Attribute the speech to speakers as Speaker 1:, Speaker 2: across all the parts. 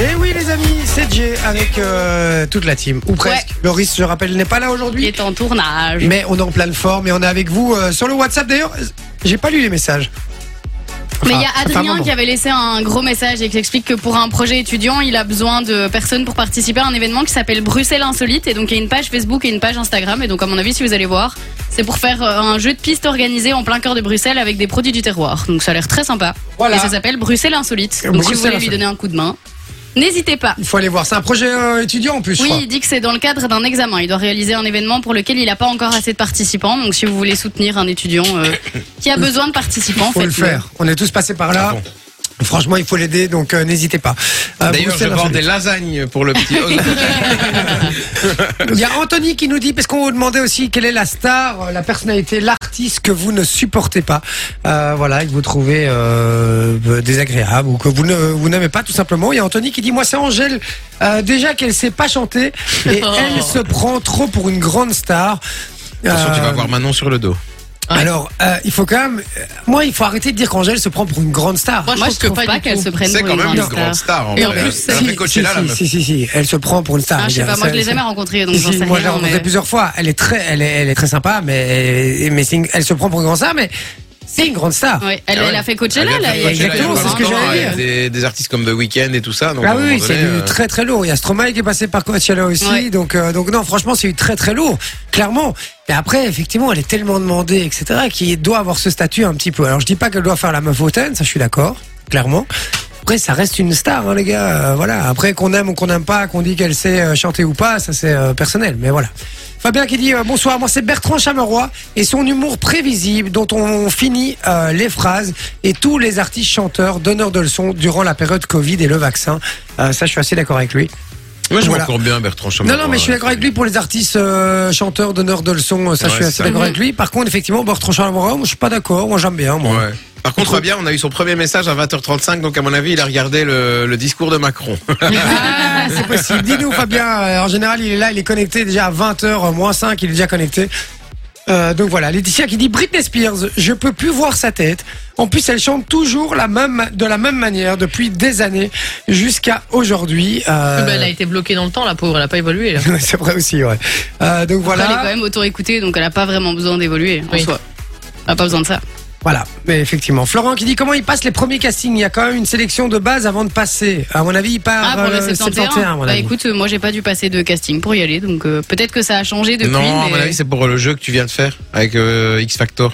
Speaker 1: Et Eh oui les amis, c'est Jay avec euh, toute la team, ou presque. Loris, je rappelle, n'est pas là
Speaker 2: Il
Speaker 1: aujourd'hui,
Speaker 2: est en tournage.
Speaker 1: mais on est en pleine forme et on est avec vous euh, sur le WhatsApp. D'ailleurs, euh, j'ai pas lu les messages.
Speaker 2: Mais il y
Speaker 1: Enfin,
Speaker 2: a
Speaker 1: enfin,
Speaker 2: Adrien
Speaker 1: maman.
Speaker 2: qui avait laissé un gros message et qui explique que pour un projet étudiant, il a besoin de personnes pour participer à un événement qui s'appelle Bruxelles Insolite. Et donc, il y a une page Facebook et une page Instagram. Et donc, à mon avis, si vous allez voir, c'est pour faire euh, un jeu de piste organisé en plein cœur de Bruxelles avec des produits du terroir. Donc, ça a l'air très sympa.
Speaker 1: Voilà.
Speaker 2: Et ça s'appelle Bruxelles Insolite.
Speaker 1: Euh,
Speaker 2: Donc, si
Speaker 1: Bruxelles
Speaker 2: vous voulez lui
Speaker 1: Insolite.
Speaker 2: donner un coup de main, n'hésitez pas.
Speaker 1: Il faut aller voir. C'est un projet euh, étudiant en plus, je
Speaker 2: Oui,
Speaker 1: crois.
Speaker 2: il dit que c'est dans le cadre d'un examen. Il doit réaliser un événement pour lequel il n'a pas encore assez de participants. Donc, si vous voulez soutenir un étudiant euh, qui a besoin de participants,
Speaker 1: faut le
Speaker 2: faites-le.
Speaker 1: faire. On est tous passés par là.
Speaker 3: Ah bon.
Speaker 1: Franchement, il faut l'aider, donc euh, n'hésitez pas. Euh,
Speaker 3: D'ailleurs, je
Speaker 1: Bruxelles
Speaker 3: vends des
Speaker 1: Insolite.
Speaker 3: lasagnes pour le petit. Oh,
Speaker 1: Il y a Anthony qui nous dit, parce qu'on vous demandait aussi quelle est la star, euh, la personnalité, l'artiste que vous ne supportez pas, euh, voilà, et que vous trouvez euh, euh, désagréable ou que vous ne vous n'aimez pas tout simplement. Il y a Anthony qui dit, moi c'est Angèle, euh, déjà qu'elle sait pas chanter et
Speaker 2: Oh.
Speaker 1: elle se prend trop pour une grande star.
Speaker 3: Attention, tu
Speaker 1: Euh,
Speaker 3: vas voir Manon sur le dos.
Speaker 1: Alors, euh, il faut quand même, euh, moi, il faut arrêter de dire qu'Angèle se prend pour une grande star.
Speaker 2: Moi, je
Speaker 4: Moi,
Speaker 2: trouve
Speaker 4: je trouve
Speaker 2: que
Speaker 4: pas
Speaker 2: pas
Speaker 4: du
Speaker 2: qu'elle
Speaker 4: tout.
Speaker 2: se prenne
Speaker 3: C'est
Speaker 2: pour
Speaker 3: quand
Speaker 2: une
Speaker 3: même une
Speaker 2: grande star.
Speaker 3: grande star. hein, euh,
Speaker 2: Et en
Speaker 3: vrai.
Speaker 2: plus,
Speaker 3: Elle a
Speaker 2: si-
Speaker 3: fait
Speaker 1: si,
Speaker 3: Coachella, la
Speaker 1: si,
Speaker 3: meuf.
Speaker 1: si, si, si, elle se prend pour une star.
Speaker 2: Ah, je sais
Speaker 1: regarde,
Speaker 2: pas, moi
Speaker 1: ça,
Speaker 2: je les ai
Speaker 1: ça-
Speaker 2: jamais rencontrés, donc
Speaker 1: Si,
Speaker 2: j'en sais
Speaker 1: moi, je l'ai
Speaker 2: rien.
Speaker 1: rencontrée
Speaker 2: mais-
Speaker 1: plusieurs fois. Elle est très, elle est, elle est très sympa, mais, mais c'est une- elle se prend pour une grande star, mais c'est une grande star.
Speaker 2: Ouais, elle,
Speaker 3: Ah ouais.
Speaker 2: elle a fait Coachella,
Speaker 3: Elle a
Speaker 2: là.
Speaker 3: fait
Speaker 2: il y a
Speaker 3: Coachella il y a
Speaker 1: Exactement,
Speaker 3: pas
Speaker 1: c'est ce que
Speaker 3: longtemps,
Speaker 1: j'allais
Speaker 3: avec
Speaker 1: dire.
Speaker 3: Des, des artistes comme The Weeknd et tout ça. Donc
Speaker 1: Ah
Speaker 3: à un
Speaker 1: oui, oui,
Speaker 3: moment
Speaker 1: c'est
Speaker 3: donné,
Speaker 1: du
Speaker 3: euh,
Speaker 1: très très lourd. Il y a Stromae qui est passé par Coachella aussi,
Speaker 2: Ouais.
Speaker 1: donc euh, donc non, franchement, c'est du très très lourd, clairement. Mais après, effectivement, elle est tellement demandée, etc., qu'il doit avoir ce statut un petit peu. Alors, je dis pas qu'elle doit faire la meuf hautaine, ça, je suis d'accord, clairement. Après, ça reste une star, hein, les gars. euh, voilà. Après, qu'on aime ou qu'on n'aime pas, qu'on dit qu'elle sait euh, chanter ou pas, ça c'est euh, personnel. Mais voilà. Fabien qui dit euh, bonsoir. Moi, c'est Bertrand Chameroy et son humour prévisible dont on finit euh, les phrases et tous les artistes chanteurs donneurs de leçons durant la période Covid et le vaccin. Euh, ça, je suis assez d'accord avec lui.
Speaker 3: Moi, je
Speaker 1: Voilà.
Speaker 3: m'en bien, Bertrand euh,
Speaker 1: Non, non, mais je suis d'accord avec lui pour les artistes euh, chanteurs donneurs de leçons. euh, Ça,
Speaker 3: Ouais,
Speaker 1: je suis
Speaker 3: c'est
Speaker 1: assez
Speaker 3: ça.
Speaker 1: d'accord avec lui. Par contre, effectivement, Bertrand Chameroy, moi, je suis pas d'accord. Moi, j'aime bien. Moi.
Speaker 3: Ouais. Par contre, Fabien, on a eu son premier message à 20h35, donc à mon avis, il a regardé le, le discours de Macron.
Speaker 1: Ah, c'est possible. Dis-nous, Fabien. Euh, En général, il est là, il est connecté déjà à 20h, moins 5, il est déjà connecté. Euh, donc voilà, Laetitia qui dit Britney Spears, je peux plus voir sa tête. En plus, elle chante toujours la même, de la même manière depuis des années jusqu'à aujourd'hui. Euh,
Speaker 4: Bah, elle a été bloquée dans le temps, la pauvre, elle a pas évolué. Là.
Speaker 1: c'est vrai aussi, ouais. Euh, donc
Speaker 2: Après, Elle est quand
Speaker 1: voilà,
Speaker 2: même auto-écoutée, donc elle a pas vraiment besoin d'évoluer en
Speaker 4: Oui.
Speaker 2: soi. Elle a pas besoin de
Speaker 3: Ah,
Speaker 2: ça. Ah,
Speaker 1: voilà. Mais effectivement, Florent qui dit comment il passe les premiers castings. Il y a quand même une sélection de base avant de passer. À mon avis, il part
Speaker 2: Ah, pour
Speaker 1: euh,
Speaker 2: le 71.
Speaker 1: à mon
Speaker 2: bah
Speaker 1: avis.
Speaker 2: écoute, euh, moi j'ai pas dû passer de casting pour y aller, donc euh, peut-être que ça a changé depuis.
Speaker 3: non, à
Speaker 2: mais-
Speaker 3: mon avis, c'est pour le jeu que tu viens de faire avec euh, X Factor.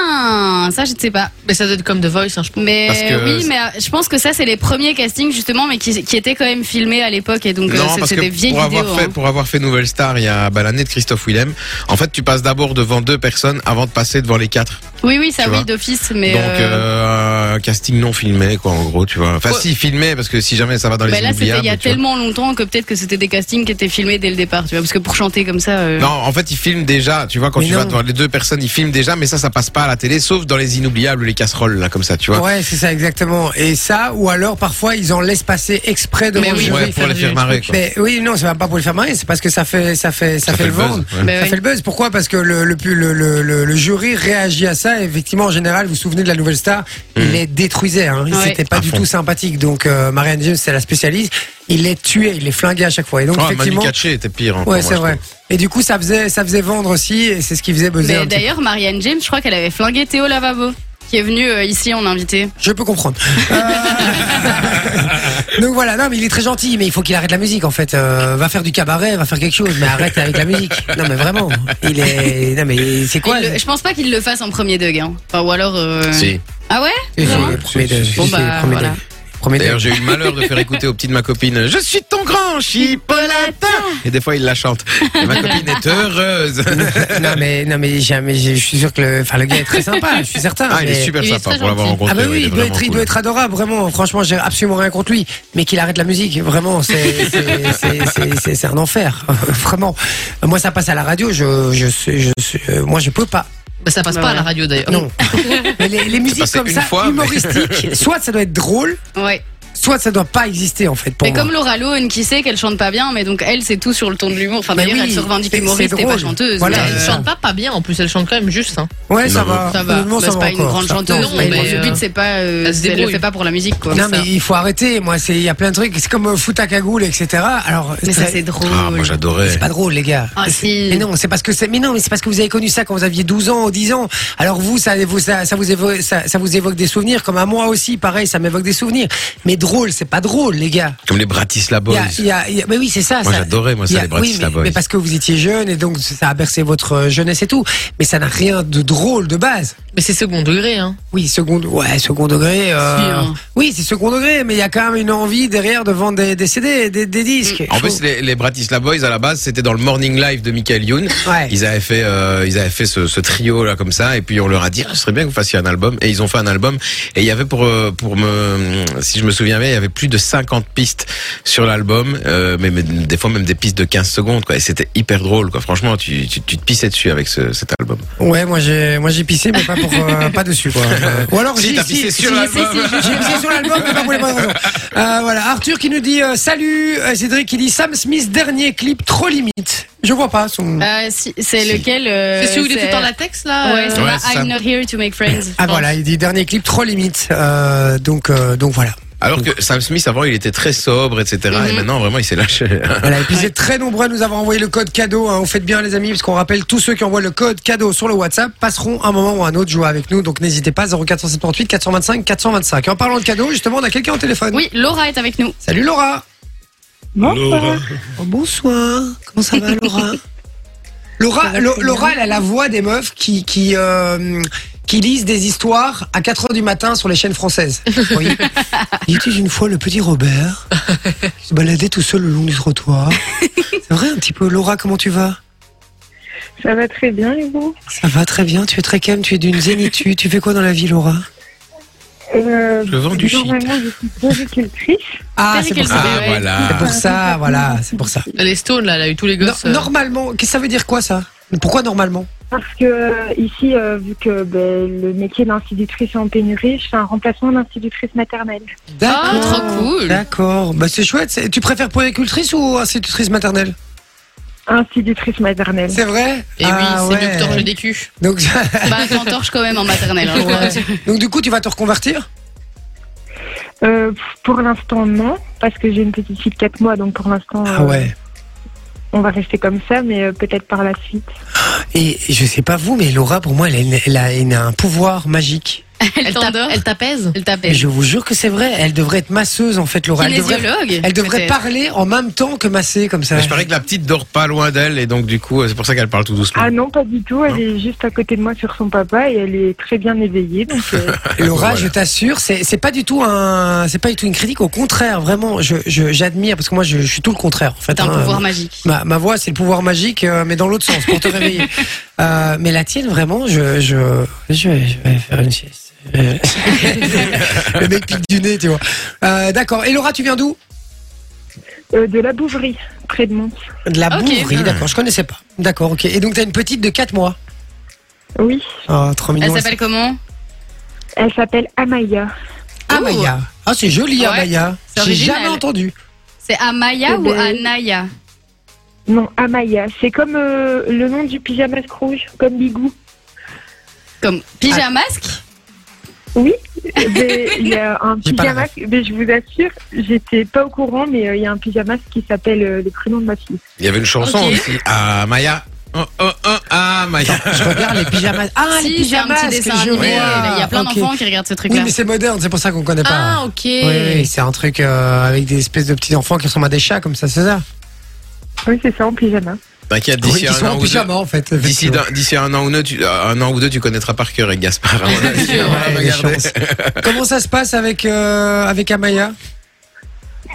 Speaker 2: Ah, ça je ne sais pas.
Speaker 4: Mais ça doit être comme The Voice, hein, je pense.
Speaker 2: Mais
Speaker 3: Parce que-
Speaker 2: oui, mais euh, je pense que ça c'est les premiers castings justement, mais qui, qui étaient quand même filmés à l'époque et donc euh,
Speaker 3: non,
Speaker 2: c'est-
Speaker 3: parce
Speaker 2: c'est
Speaker 3: que
Speaker 2: des vieilles
Speaker 3: pour
Speaker 2: vidéos.
Speaker 3: avoir fait
Speaker 2: hein.
Speaker 3: pour avoir fait Nouvelle Star, il y a bah, l'année de Christophe Willem. En fait, tu passes d'abord devant deux personnes avant de passer devant les quatre.
Speaker 2: Oui, oui, ça
Speaker 3: Tu vois.
Speaker 2: oui d'office, mais.
Speaker 3: Donc
Speaker 2: euh,
Speaker 3: euh, un casting non filmé, quoi, en gros, tu vois. Enfin,
Speaker 4: Ouais.
Speaker 3: si filmé, parce que si jamais ça va dans les
Speaker 2: Bah là, c'était
Speaker 3: inoubliables,
Speaker 2: il y a
Speaker 3: tu vois.
Speaker 2: tellement longtemps que peut-être que c'était des castings qui étaient filmés dès le départ, tu vois, parce que pour chanter comme ça. euh,
Speaker 3: Non, en fait, ils filment déjà. Tu vois, quand
Speaker 1: Mais
Speaker 3: tu
Speaker 1: non.
Speaker 3: vas devant les deux personnes, ils filment déjà, mais ça, ça passe pas à la télé, sauf dans les inoubliables, ou les casseroles, là, comme ça, tu vois.
Speaker 1: Ouais, c'est ça exactement. Et ça, ou alors parfois ils en laissent passer exprès devant
Speaker 4: Mais
Speaker 1: le
Speaker 4: oui,
Speaker 1: jury.
Speaker 3: Ouais, pour les faire marrer, quoi.
Speaker 1: Mais oui, non, ça va pas pour le faire marrer, c'est parce que ça fait, ça fait, ça, fait, le vent.
Speaker 3: buzz, ouais.
Speaker 2: Mais
Speaker 1: Ça
Speaker 2: oui.
Speaker 1: fait le buzz. Pourquoi Parce que le, le, pu- le, le, le- le jury réagit à ça. Et effectivement, en général, vous vous souvenez de la Nouvelle Star, il les détruisait. Hein.
Speaker 2: Ouais.
Speaker 1: C'était pas
Speaker 3: Mm. À
Speaker 1: du
Speaker 3: fond.
Speaker 1: tout sympathique. Donc euh, Marianne James, c'est la spécialiste. Il les tuait, il les flinguait à chaque fois. Et donc
Speaker 3: Oh, Manu
Speaker 1: effectivement,
Speaker 3: Katché était pire. encore,
Speaker 1: ouais,
Speaker 3: moi,
Speaker 1: c'est
Speaker 3: je
Speaker 1: vrai.
Speaker 3: trouve.
Speaker 1: Et du coup, ça faisait, ça faisait vendre aussi. Et c'est ce qui faisait buzzer. un
Speaker 2: Mais
Speaker 1: petit peu.
Speaker 2: d'ailleurs, Marianne James, je crois qu'elle avait flingué Théo Lavabo, qui est venu euh, ici en invité.
Speaker 1: Je peux comprendre. Euh, Donc voilà, non, mais il est très gentil, mais il faut qu'il arrête la musique en fait. Euh, va faire du cabaret, va faire quelque chose, mais arrête avec la musique. Non, mais vraiment, il est. Non, mais c'est quoi
Speaker 2: Il le-
Speaker 1: le-
Speaker 2: Je pense pas qu'il le fasse en premier Doug. Hein. Enfin, ou alors. euh,
Speaker 3: Si.
Speaker 2: Ah ouais
Speaker 1: Et c'est
Speaker 3: Ouais,
Speaker 1: le premier
Speaker 3: si,
Speaker 1: de-
Speaker 3: si,
Speaker 2: Bon,
Speaker 1: si, c'est le
Speaker 2: bah,
Speaker 1: premier de-
Speaker 2: voilà.
Speaker 1: premier de-
Speaker 3: D'ailleurs, j'ai eu le malheur de faire écouter aux petites ma copine Je suis ton grand chipolatin Et des fois, il la chante. Et ma copine est heureuse.
Speaker 1: Non, mais, non, mais jamais, je je suis sûr que le, enfin, le gars est très sympa, je suis certain.
Speaker 3: Ah, il
Speaker 1: mais-
Speaker 3: est super
Speaker 2: il est
Speaker 3: sympa
Speaker 2: très
Speaker 3: pour l'avoir
Speaker 2: gentil.
Speaker 3: rencontré.
Speaker 1: Ah bah
Speaker 3: ouais,
Speaker 1: oui,
Speaker 3: est
Speaker 1: il doit,
Speaker 3: vraiment
Speaker 1: être, il
Speaker 3: cool.
Speaker 1: doit être adorable, vraiment. Franchement, j'ai absolument rien contre lui, mais qu'il arrête la musique, vraiment, c'est c'est- c'est- c'est- c'est- c'est un enfer, vraiment. Moi, ça passe à la radio, je, je, sais- je, sais- euh, moi, je peux pas.
Speaker 4: Bah, ça passe
Speaker 2: Bah
Speaker 4: pas à
Speaker 2: ouais.
Speaker 4: la radio d'ailleurs.
Speaker 1: Non. Mais les, les musiques
Speaker 3: passé
Speaker 1: comme
Speaker 3: une
Speaker 1: ça,
Speaker 3: fois, mais-
Speaker 1: humoristiques, soit ça doit être drôle,
Speaker 2: Ouais.
Speaker 1: soit ça doit pas exister en fait pour
Speaker 2: mais
Speaker 1: moi.
Speaker 2: comme Laura Lone qui sait qu'elle chante pas bien, mais donc elle c'est tout sur le ton de l'humour. Enfin
Speaker 1: Mais
Speaker 2: d'ailleurs
Speaker 1: oui,
Speaker 2: elle se revendique
Speaker 1: c'est-
Speaker 2: humoriste
Speaker 1: c'est
Speaker 2: et pas
Speaker 1: drôle.
Speaker 2: chanteuse.
Speaker 1: Voilà,
Speaker 2: mais
Speaker 4: Elle
Speaker 1: euh,
Speaker 4: chante pas pas bien en plus, elle chante quand même juste. hein.
Speaker 1: Ouais, ça
Speaker 3: Non,
Speaker 1: va.
Speaker 2: Ça va,
Speaker 1: Honnêtement,
Speaker 2: Bah,
Speaker 1: ça
Speaker 2: c'est
Speaker 1: va
Speaker 2: pas une
Speaker 1: encore.
Speaker 2: grande
Speaker 1: Ça-
Speaker 2: chanteuse,
Speaker 1: non,
Speaker 4: non,
Speaker 1: pas
Speaker 2: mais
Speaker 1: une grande
Speaker 4: mais,
Speaker 2: le
Speaker 1: chanteuse.
Speaker 2: but c'est pas, euh,
Speaker 4: elle se
Speaker 2: elle le
Speaker 4: débrouille.
Speaker 2: fait pas pour la musique quoi.
Speaker 1: Non,
Speaker 2: Ça.
Speaker 1: mais il faut arrêter. Moi, c'est il y a plein de trucs. C'est comme euh, foot à cagoule, etc. Alors,
Speaker 2: Mais ça
Speaker 1: c'est-
Speaker 2: c'est drôle.
Speaker 3: Ah, moi j'adorais.
Speaker 1: c'est pas drôle, les gars.
Speaker 2: Ah, si.
Speaker 1: Mais non, c'est parce que c'est. Mais non, mais c'est parce que vous avez connu ça quand vous aviez 12 ans ou 10 ans. Alors vous, ça vous ça, ça vous évoque ça, ça vous évoque des souvenirs. Comme à moi aussi, pareil, ça m'évoque des souvenirs. Mais drôle, c'est pas drôle, les gars.
Speaker 3: Comme les
Speaker 1: Il
Speaker 3: Bratislava
Speaker 1: y
Speaker 3: Boys.
Speaker 1: a- il y a- il y a- mais oui, c'est ça.
Speaker 3: Moi
Speaker 1: ça-
Speaker 3: j'adorais, moi
Speaker 1: il y
Speaker 3: ça,
Speaker 1: a-
Speaker 3: les
Speaker 1: oui, mais,
Speaker 3: Bratislava Boys.
Speaker 1: mais parce que vous étiez jeune et donc ça a bercé votre euh, jeunesse et tout. Mais ça n'a rien de drôle de base.
Speaker 4: Mais c'est second degré. Hein.
Speaker 1: Oui, second, ouais, second degré. euh,
Speaker 2: Si, hein.
Speaker 1: Oui, c'est second degré, mais il y a quand même une envie derrière de vendre des, des CD, des, des disques.
Speaker 3: En
Speaker 1: Je
Speaker 3: plus,
Speaker 1: trouve-
Speaker 3: les, les Bratislava Boys, à la base, c'était dans le Morning Live de Michael Youn.
Speaker 1: Ouais.
Speaker 3: Ils avaient fait, euh, ils avaient fait ce, ce trio là comme ça, et puis on leur a dit, ah, ce serait bien que vous fassiez un album. Et ils ont fait un album. Et il y avait pour, euh, pour me, si je me souviens bien, il y avait plus de 50 pistes sur l'album, euh, mais, mais des fois même des pistes de 15 secondes. Quoi. Et c'était hyper drôle. Quoi. Franchement, tu, tu, tu te pissais dessus avec ce, cet album.
Speaker 1: Ouais, moi j'ai, moi j'ai pissé, mais pas pour, euh, pas dessus, quoi. Euh, Ou alors
Speaker 3: Oh, Si,
Speaker 1: j'ai
Speaker 3: t'as pissé sur l'album.
Speaker 1: J'ai pissé sur l'album, mais pas pour les bonnes raisons. Euh, voilà, Arthur qui nous dit euh, salut, Euh, Cédric qui dit Sam Smith dernier clip trop limite. Je vois pas son.
Speaker 2: Euh, si- c'est
Speaker 3: Si.
Speaker 2: lequel euh,
Speaker 4: c'est celui où il était en latex là
Speaker 2: Ouais, c'est
Speaker 4: euh,
Speaker 3: Ouais,
Speaker 2: la
Speaker 3: c'est ça.
Speaker 2: bah, I'm not here to make friends.
Speaker 1: Ah voilà, il dit dernier clip trop limite. Euh, donc, euh, donc voilà.
Speaker 3: Alors que Sam Smith, avant, il était très sobre, etc. Et
Speaker 2: Mhm.
Speaker 3: maintenant, vraiment, il s'est lâché.
Speaker 1: Voilà, et puis vous êtes très nombreux à nous avoir envoyé le code cadeau. Hein. Vous faites bien les amis, parce qu'on rappelle, tous ceux qui envoient le code cadeau sur le WhatsApp passeront un moment ou un autre jouer avec nous. Donc n'hésitez pas, 0478 425 425. Et en parlant de cadeau, justement, on a quelqu'un au téléphone.
Speaker 2: Oui, Laura est avec nous.
Speaker 1: Salut Laura
Speaker 5: Bonsoir.
Speaker 1: Oh, Bonsoir, comment ça va Laura Laura, Lo- Laura, elle a la voix des meufs qui, qui, euh, qui lisent des histoires à 4h du matin sur les chaînes françaises. Oui. Il était une fois le petit Robert qui se baladait tout seul le long du trottoir. C'est vrai un petit peu. Laura, comment tu vas
Speaker 5: Ça va très bien et vous
Speaker 1: Ça va très bien, tu es très calme, tu es d'une zénitude. tu fais quoi dans la vie, Laura
Speaker 5: euh,
Speaker 3: Je vends du shit.
Speaker 5: Normalement, je suis agricultrice.
Speaker 1: Ah, c'est
Speaker 2: Eric
Speaker 1: pour ça.
Speaker 2: Elsner.
Speaker 3: Ah,
Speaker 2: ouais.
Speaker 1: C'est
Speaker 3: voilà.
Speaker 1: pour ça, voilà, c'est pour ça.
Speaker 4: Elle est stone là, elle a eu tous les
Speaker 1: No-
Speaker 4: gosses. euh,
Speaker 1: normalement, qu'est-ce que ça veut dire quoi ça Pourquoi normalement
Speaker 5: Parce que euh, ici, euh, vu que ben, le métier d'institutrice est en pénurie, je fais un remplacement d'institutrice maternelle.
Speaker 4: euh.
Speaker 2: Ah, trop cool.
Speaker 1: D'accord, bah c'est chouette. C'est- Tu préfères puéricultrice ou institutrice maternelle
Speaker 5: Institutrice maternelle.
Speaker 1: C'est vrai
Speaker 4: Et
Speaker 1: Ah
Speaker 4: oui, c'est
Speaker 1: ouais.
Speaker 4: mieux que torche des culs.
Speaker 1: Donc,
Speaker 2: Bah, t'entorches quand même en maternelle. hein.
Speaker 1: donc du coup, tu vas te reconvertir
Speaker 5: Euh, pff, pour l'instant, non. Parce que j'ai une petite fille de 4 mois, donc pour l'instant,
Speaker 3: Ah
Speaker 1: Ah
Speaker 5: euh, on va rester comme ça, mais euh, peut-être par la suite.
Speaker 1: Et je sais pas vous, mais Laura, pour moi, elle a, une- elle a- elle a un pouvoir magique.
Speaker 2: Elle
Speaker 4: t'a-
Speaker 2: t'endort,
Speaker 4: Elle t'apaise
Speaker 2: elle
Speaker 1: Et
Speaker 2: t'appelle.
Speaker 1: je vous jure que c'est vrai. Elle devrait être masseuse en fait, Laura. Elle devrait,
Speaker 2: Kinésiologue.
Speaker 1: elle devrait
Speaker 2: peut-être.
Speaker 1: parler en même temps que masser comme ça.
Speaker 3: Mais je parie que la petite dort pas loin d'elle, et donc, du coup, euh, c'est pour ça qu'elle parle tout doucement.
Speaker 5: Ah non, pas du tout. Elle
Speaker 3: Non.
Speaker 5: est juste à côté de moi sur son papa et elle est très bien éveillée. Donc, euh,
Speaker 1: Laura,
Speaker 3: Voilà.
Speaker 1: je t'assure, c'est c'est pas du tout un, c'est pas du tout une critique. Au contraire, vraiment, je je- j'admire parce que moi, je, je suis tout le contraire. En fait,
Speaker 2: T'as un
Speaker 1: hein.
Speaker 2: pouvoir magique.
Speaker 1: Ma, ma voix, c'est le pouvoir magique, euh, mais dans l'autre sens, pour te réveiller. Euh, mais la tienne, vraiment, je, je, je, vais, je vais faire une sieste. Euh, le mec pique du nez, tu vois. Euh, D'accord. Et Laura, tu viens d'où
Speaker 5: euh, de la Bouverie, près de Mons.
Speaker 1: De la
Speaker 2: Ok. Ah.
Speaker 1: Bouverie, d'accord, je connaissais pas. D'accord, ok. Et donc, t'as une petite de 4 mois.
Speaker 5: Oui,
Speaker 1: Oh, trop
Speaker 2: Elle
Speaker 1: mignon.
Speaker 2: s'appelle comment
Speaker 5: elle s'appelle Amaya.
Speaker 1: Amaya. Ah, c'est joli,
Speaker 2: Ouais,
Speaker 1: Amaya.
Speaker 2: c'est
Speaker 1: J'ai
Speaker 2: original.
Speaker 1: jamais entendu.
Speaker 2: C'est Amaya ou
Speaker 5: Ben-
Speaker 2: Anaya
Speaker 5: Non, Amaya. C'est comme euh, le nom du pyjamas rouge, comme Bigou.
Speaker 2: Comme
Speaker 1: Ah.
Speaker 2: pyjamasque
Speaker 5: Oui, mais il y a un
Speaker 1: J'ai pas la
Speaker 5: pyjamas, mais je vous assure, j'étais pas au courant, mais euh, il y a un pyjamas qui s'appelle euh, le prénom de ma fille.
Speaker 3: Il y avait une chanson
Speaker 2: Ok.
Speaker 3: aussi. Ah, Maya. Oh, oh, oh, ah, Maya.
Speaker 1: Je regarde les pyjamas. Ah, les
Speaker 2: Si, c'est un
Speaker 1: pyjamas,
Speaker 2: petit
Speaker 1: que
Speaker 2: dessin
Speaker 1: je
Speaker 2: animé.
Speaker 1: vois.
Speaker 2: Il y a plein
Speaker 1: Ok.
Speaker 2: d'enfants qui regardent ce
Speaker 1: Oui,
Speaker 2: truc-là.
Speaker 1: mais c'est moderne, c'est pour ça qu'on connaît pas.
Speaker 4: Ah, ok.
Speaker 1: Oui, oui, c'est un truc euh, avec des espèces de petits enfants qui ressemblent à des chats comme ça, c'est ça
Speaker 5: Oui, c'est ça, en pyjama.
Speaker 3: T'inquiète,
Speaker 1: Ah Oui,
Speaker 3: Bah, d'ici
Speaker 1: qui
Speaker 3: un
Speaker 1: sont
Speaker 3: an
Speaker 1: en
Speaker 3: ou deux.
Speaker 1: pyjama en fait.
Speaker 3: D'ici d'un- d'ici un an ou deux, tu, euh, un an ou deux, tu connaîtras par cœur hein. avec Gaspard. à mon avis.
Speaker 1: Ouais,
Speaker 3: On va
Speaker 1: les
Speaker 3: regarder.
Speaker 1: chances. Comment ça se passe avec, euh, avec Amaya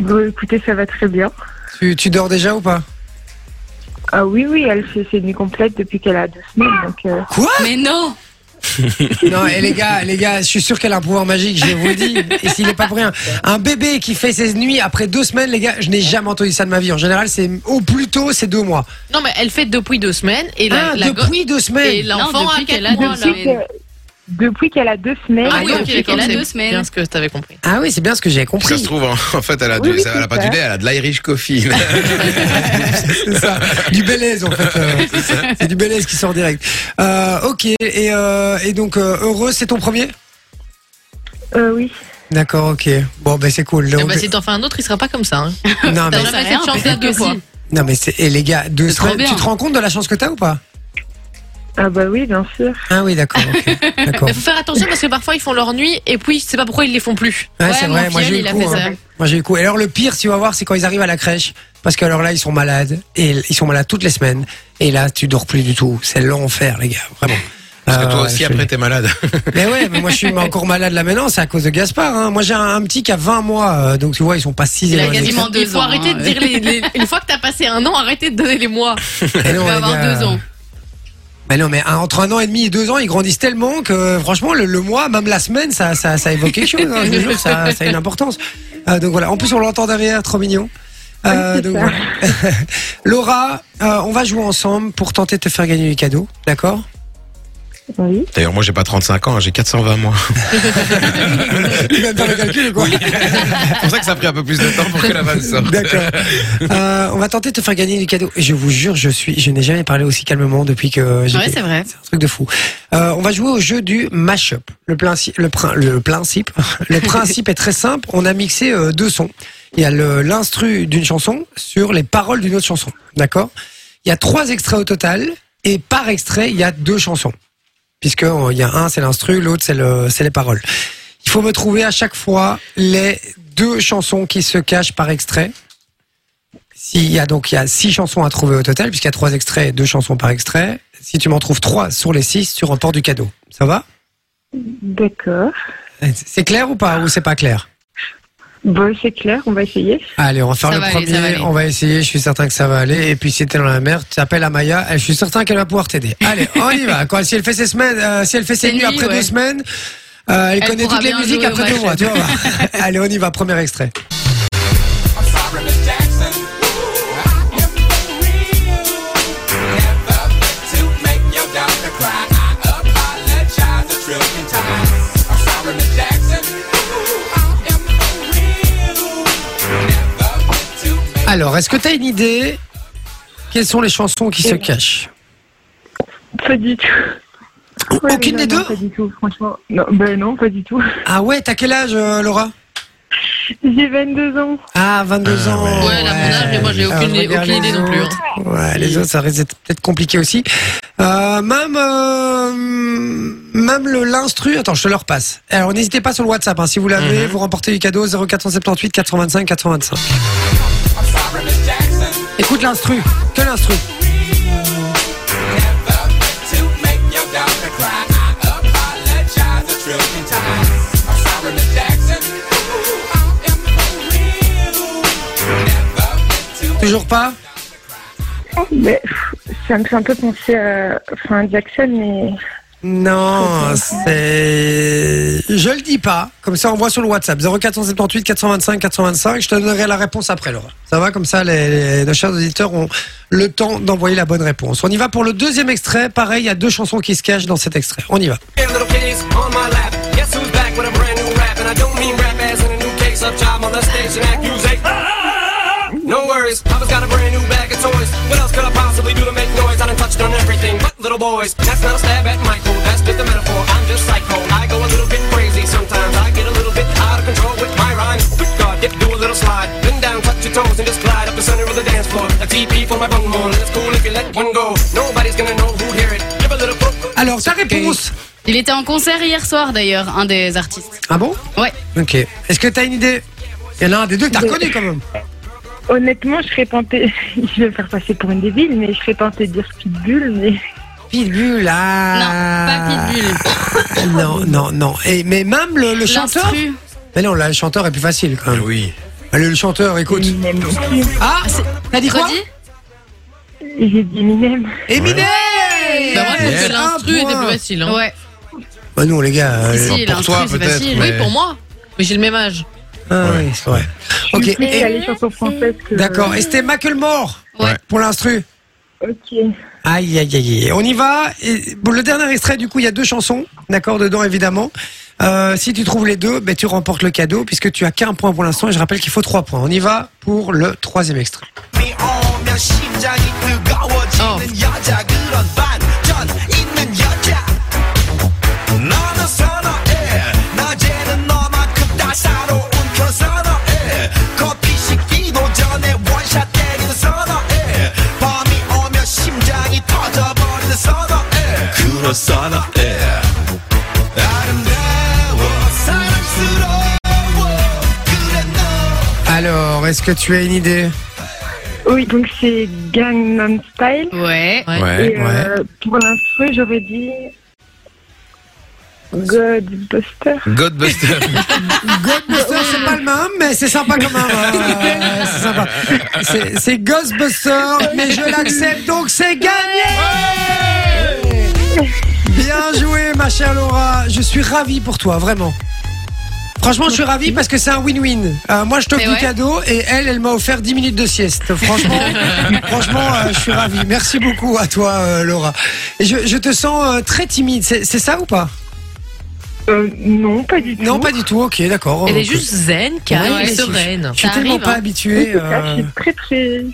Speaker 5: Bon, écoutez, ça va très bien.
Speaker 1: tu, tu dors déjà ou pas
Speaker 5: Ah oui, oui, elle fait ses nuits complètes depuis qu'elle a deux semaines, donc euh,
Speaker 1: Quoi
Speaker 2: Mais non
Speaker 1: Non, et les gars, les gars, je suis sûr qu'elle a un pouvoir magique, je vous le dis. Et s'il n'est pas pour rien, un bébé qui fait ses nuits après deux semaines, les gars, je n'ai jamais entendu ça de ma vie. En général, c'est au plus tôt, c'est deux mois.
Speaker 4: Non, mais elle fait depuis deux semaines et la,
Speaker 1: ah,
Speaker 4: la go-
Speaker 1: depuis deux
Speaker 4: et
Speaker 1: semaines
Speaker 4: l'enfant
Speaker 2: Ah Non,
Speaker 4: a
Speaker 2: depuis
Speaker 4: quatre
Speaker 2: qu'elle a
Speaker 4: mois,
Speaker 2: deux
Speaker 4: là.
Speaker 2: ans.
Speaker 5: depuis, que- Depuis qu'elle a deux semaines.
Speaker 2: Ah oui, ok,
Speaker 4: d'accord,
Speaker 2: elle a
Speaker 4: c'est
Speaker 2: deux semaines.
Speaker 4: Bien ce que t'avais compris.
Speaker 1: Ah oui, c'est bien ce que j'avais
Speaker 3: Ça se
Speaker 1: compris.
Speaker 3: trouve, en, en fait, elle a,
Speaker 5: Oui,
Speaker 3: du-
Speaker 5: oui,
Speaker 3: ça- elle a
Speaker 5: c'est
Speaker 3: pas
Speaker 5: ça.
Speaker 3: du lait, elle a de l'Irish coffee.
Speaker 1: C'est ça. Du belaise en fait. euh, c'est du belaise qui sort direct. Euh, ok, et, euh, et donc euh, heureux, c'est ton premier
Speaker 5: Euh, oui.
Speaker 1: D'accord, ok. Bon, ben c'est cool.
Speaker 4: Eh ben, si t'en fais un autre, il sera pas comme ça. hein.
Speaker 1: non, Ah, mais,
Speaker 4: T'as jamais fait de chance à deux fois.
Speaker 1: non, mais c'est. Et les gars, deux
Speaker 2: C'est trop
Speaker 1: semaines, tu
Speaker 2: bien.
Speaker 1: te rends compte de la chance que t'as ou pas
Speaker 5: Ah bah oui, bien sûr.
Speaker 1: Ah oui, d'accord. ok. D'accord.
Speaker 4: Mais faut faire attention parce que parfois ils font leur nuit et puis je sais pas pourquoi ils les font plus.
Speaker 1: Ouais,
Speaker 2: Ouais,
Speaker 1: c'est
Speaker 2: mon
Speaker 1: vrai, moi
Speaker 2: filleul,
Speaker 1: j'ai eu
Speaker 2: il
Speaker 1: le
Speaker 2: a
Speaker 1: coup.
Speaker 2: fait
Speaker 1: hein.
Speaker 2: ça.
Speaker 1: Moi j'ai eu le coup. Et alors le pire, si on va voir, c'est quand ils arrivent à la crèche. Parce que alors là, ils sont malades. Et ils sont malades toutes les semaines. Et là, tu dors plus du tout. C'est l'enfer, les gars. Vraiment.
Speaker 3: Parce que
Speaker 1: Ah
Speaker 3: toi
Speaker 1: ouais,
Speaker 3: aussi,
Speaker 1: je te
Speaker 3: après, t'es malade.
Speaker 1: Mais ouais, mais moi je suis encore malade là maintenant, c'est à cause de Gaspard. Hein. Moi j'ai un, un petit qui a 20 mois, euh, donc tu vois, ils sont pas si
Speaker 2: Il a
Speaker 1: éloignés que
Speaker 2: quasiment
Speaker 1: ça.
Speaker 2: deux
Speaker 4: il faut
Speaker 2: ans,
Speaker 4: arrêter
Speaker 2: hein,
Speaker 4: de dire les, les- Une fois que t'as passé un an, arrêtez de donner les mois.
Speaker 1: Mais Eh non,
Speaker 2: Tu vas
Speaker 1: les
Speaker 2: avoir
Speaker 1: gars,
Speaker 2: deux ans.
Speaker 1: Mais non, mais un- entre un an et demi et deux ans, ils grandissent tellement que franchement, le, le mois, même la semaine, ça, ça, ça évoque quelque chose. hein, je vous jure, ça, ça a une importance. Euh, donc voilà, en plus on l'entend derrière, trop mignon. Euh,
Speaker 5: Oui, c'est
Speaker 1: donc
Speaker 5: ça.
Speaker 1: voilà. Laura, euh, on va jouer ensemble pour tenter de te faire gagner du cadeau, d'accord
Speaker 5: Oui.
Speaker 3: D'ailleurs, moi, j'ai pas 35 ans, hein, j'ai 420 mois.
Speaker 1: Tu vas me faire le calcul ou quoi
Speaker 3: C'est pour ça que ça a pris un peu plus de temps pour que la vanne sorte.
Speaker 1: D'accord. Euh, on va tenter de te faire gagner du cadeau. Et je vous jure, je suis, je n'ai jamais parlé aussi calmement depuis que j'ai.
Speaker 2: Ouais, c'est vrai.
Speaker 1: un truc de fou. Euh, on va jouer au jeu du mashup. Le, princi- le, prin- le principe, le principe est très simple. On a mixé euh, deux sons. Il y a le- l'instru d'une chanson sur les paroles d'une autre chanson. D'accord Il y a trois extraits au total et par extrait il y a deux chansons. Puisque euh, il y a un c'est l'instru, l'autre c'est le, c'est les paroles. Il faut me trouver à chaque fois les deux chansons qui se cachent par extrait. S'il y a donc il y a six chansons à trouver au total, puisqu'il y a trois extraits, et deux chansons par extrait. Si tu m'en trouves trois sur les six, tu remportes du cadeau. Ça va
Speaker 5: D'accord.
Speaker 1: C'est clair ou pas Ou c'est pas clair
Speaker 5: Bon, c'est clair, on va essayer.
Speaker 1: Allez, on va faire
Speaker 2: Ça
Speaker 1: le
Speaker 2: va aller,
Speaker 1: premier.
Speaker 2: ça va aller.
Speaker 1: on va essayer. Je suis certain que ça va aller. Et puis si t'es dans la merde, t'appelles à Maya. Je suis certain qu'elle va pouvoir t'aider. Allez, on y va. Quand, si elle fait ses semaines, euh, si elle fait ses
Speaker 2: Ses
Speaker 1: nuits
Speaker 2: nuits,
Speaker 1: après
Speaker 2: ouais.
Speaker 1: deux semaines, euh, elle,
Speaker 2: Elle
Speaker 1: connaît
Speaker 2: pourra
Speaker 1: toutes les
Speaker 2: bien
Speaker 1: musiques
Speaker 2: jouer au
Speaker 1: après deux
Speaker 2: match.
Speaker 1: mois. Tu vois. on va- Allez, on y va. Premier extrait. Alors, est-ce que t'as une idée Quelles sont les chansons qui
Speaker 5: Oh.
Speaker 1: se cachent
Speaker 5: Pas du tout. Ouais,
Speaker 1: Aucune
Speaker 5: non,
Speaker 1: des
Speaker 5: non,
Speaker 1: deux
Speaker 5: Pas du tout, franchement. Non, ben non, pas du tout.
Speaker 1: Ah ouais, t'as quel âge, euh, Laura
Speaker 5: J'ai 22 ans.
Speaker 1: Ah, 22 ans.
Speaker 3: ouais.
Speaker 4: Ouais, elle a mon âge, mais moi, j'ai
Speaker 1: Ah,
Speaker 4: aucune-
Speaker 1: regarde
Speaker 4: aucune
Speaker 1: les
Speaker 4: idée non plus, hein.
Speaker 1: autres. Ouais, les autres, ça risque d'être peut-être compliqué aussi. Euh, même, euh, même le l'instru. Attends, je te le repasse. Alors, n'hésitez pas sur le WhatsApp. hein. si vous l'avez, vous remportez du cadeau 0478 425 425. Écoute l'instru, que l'instru. Toujours pas
Speaker 5: Mais, pff, ça me fait un peu penser à enfin, Jackson, mais
Speaker 1: Non, c'est. Je le dis pas. Comme ça, on voit sur le WhatsApp. 0478 425 425. Je te donnerai la réponse après, Laura. Ça va comme ça, les, les- nos chers auditeurs ont le temps d'envoyer la bonne réponse. On y va pour le deuxième extrait. Pareil, il y a deux chansons qui se cachent dans cet extrait. On y va.
Speaker 6: Hey, little kitties on my lap. Guess who's back with a brand new rap? And I don't mean rap as in a new case of job on the station accusation. No worries, Papa's got a brand new bag of toys. What else could I possibly do to make noise? I done touched on everything but little boys. That's not a stab at Michael, that's just a metaphor. I'm just psycho. I go a little bit crazy sometimes. I get a little bit out of control with my rhymes. Quick God, dip, do a little slide. Bend down, touch your toes, and just glide up the center of the dance floor. A TP for my bunghole, and it's cool if you let one go. Nobody's gonna know who hear it. Give a little poke.
Speaker 1: Alors, ta réponse.
Speaker 2: Il était en concert hier soir d'ailleurs, un des artistes.
Speaker 1: Ah bon
Speaker 2: Ouais.
Speaker 1: Ok. Est-ce que t'as une idée Il y en a un des deux que t'as reconnu quand même.
Speaker 5: honnêtement, je serais tentée. je vais me faire passer pour une débile, mais je serais tentée de dire Pitbull, mais.
Speaker 1: Pitbull,
Speaker 2: Non,
Speaker 1: ah
Speaker 2: pas Pitbull.
Speaker 1: Non, non, non. Et, mais même le, le chanteur.
Speaker 2: L'instru.
Speaker 1: Mais non, là, le chanteur est plus facile quand même.
Speaker 3: Oui.
Speaker 1: Allez, le chanteur, écoute.
Speaker 5: Eminem aussi.
Speaker 1: Ah, t'as dit quoi
Speaker 2: Redis
Speaker 5: J'ai dit Eminem.
Speaker 1: Eminem
Speaker 4: Bah, moi, je trouve
Speaker 3: Yes.
Speaker 4: que l'instru
Speaker 1: Un
Speaker 4: était
Speaker 1: point.
Speaker 4: plus facile. hein.
Speaker 2: Ouais.
Speaker 1: Bah non, les gars. euh,
Speaker 2: Si,
Speaker 1: les-
Speaker 2: l'instru,
Speaker 3: pour toi,
Speaker 2: c'est
Speaker 3: peut-être,
Speaker 2: facile.
Speaker 3: mais-
Speaker 4: Oui, pour moi. Mais j'ai le même âge.
Speaker 1: Ah oui, c'est vrai.
Speaker 5: Je
Speaker 1: Ok,
Speaker 5: suis plus
Speaker 1: et-
Speaker 5: allée sur son français que.
Speaker 1: d'accord. Et c'était Macklemore
Speaker 2: Ouais.
Speaker 1: pour l'instru.
Speaker 5: Ok.
Speaker 1: Aïe, aïe, aïe. aïe. On y va. Et, bon, le dernier extrait, du coup, il y a deux chansons, d'accord, dedans, évidemment. Euh, si tu trouves les deux, ben, tu remportes le cadeau, puisque tu as qu'un point pour l'instant, et je rappelle qu'il faut trois points. On y va pour le troisième extrait.
Speaker 6: Oh.
Speaker 1: Alors, est-ce que tu as une idée
Speaker 5: Oui, donc c'est Gangnam Style.
Speaker 2: Ouais.
Speaker 3: Ouais,
Speaker 5: et euh, pour l'instru, j'aurais dit. Godbuster.
Speaker 3: Godbuster.
Speaker 1: Ghostbuster, c'est pas le même, mais c'est sympa quand même. Euh, c'est sympa. C'est- C'est Ghostbuster, mais je l'accepte, donc c'est gagné Bien joué, ma chère Laura. Je suis ravi pour toi, vraiment. Franchement, je suis ravi parce que c'est un win-win. Euh, moi, je t'offre
Speaker 2: Mais
Speaker 1: du
Speaker 2: ouais.
Speaker 1: cadeau et elle, elle m'a offert 10 minutes de sieste. Franchement, franchement euh, je suis ravi. Merci beaucoup à toi, euh, Laura. Et je, je te sens euh, très timide. C'est c'est ça ou pas
Speaker 5: Euh, non, pas du tout.
Speaker 1: Non, pas du tout. Ok, d'accord.
Speaker 4: Elle
Speaker 1: On
Speaker 4: est
Speaker 1: peut-
Speaker 4: juste zen, calme
Speaker 2: Ouais,
Speaker 4: et
Speaker 2: c'est-
Speaker 4: sereine.
Speaker 1: Je suis
Speaker 2: Ça
Speaker 1: tellement
Speaker 2: arrive,
Speaker 1: pas
Speaker 2: hein.
Speaker 5: Oui,
Speaker 1: habitué.
Speaker 5: c'est ça,
Speaker 1: euh,
Speaker 5: je suis très très.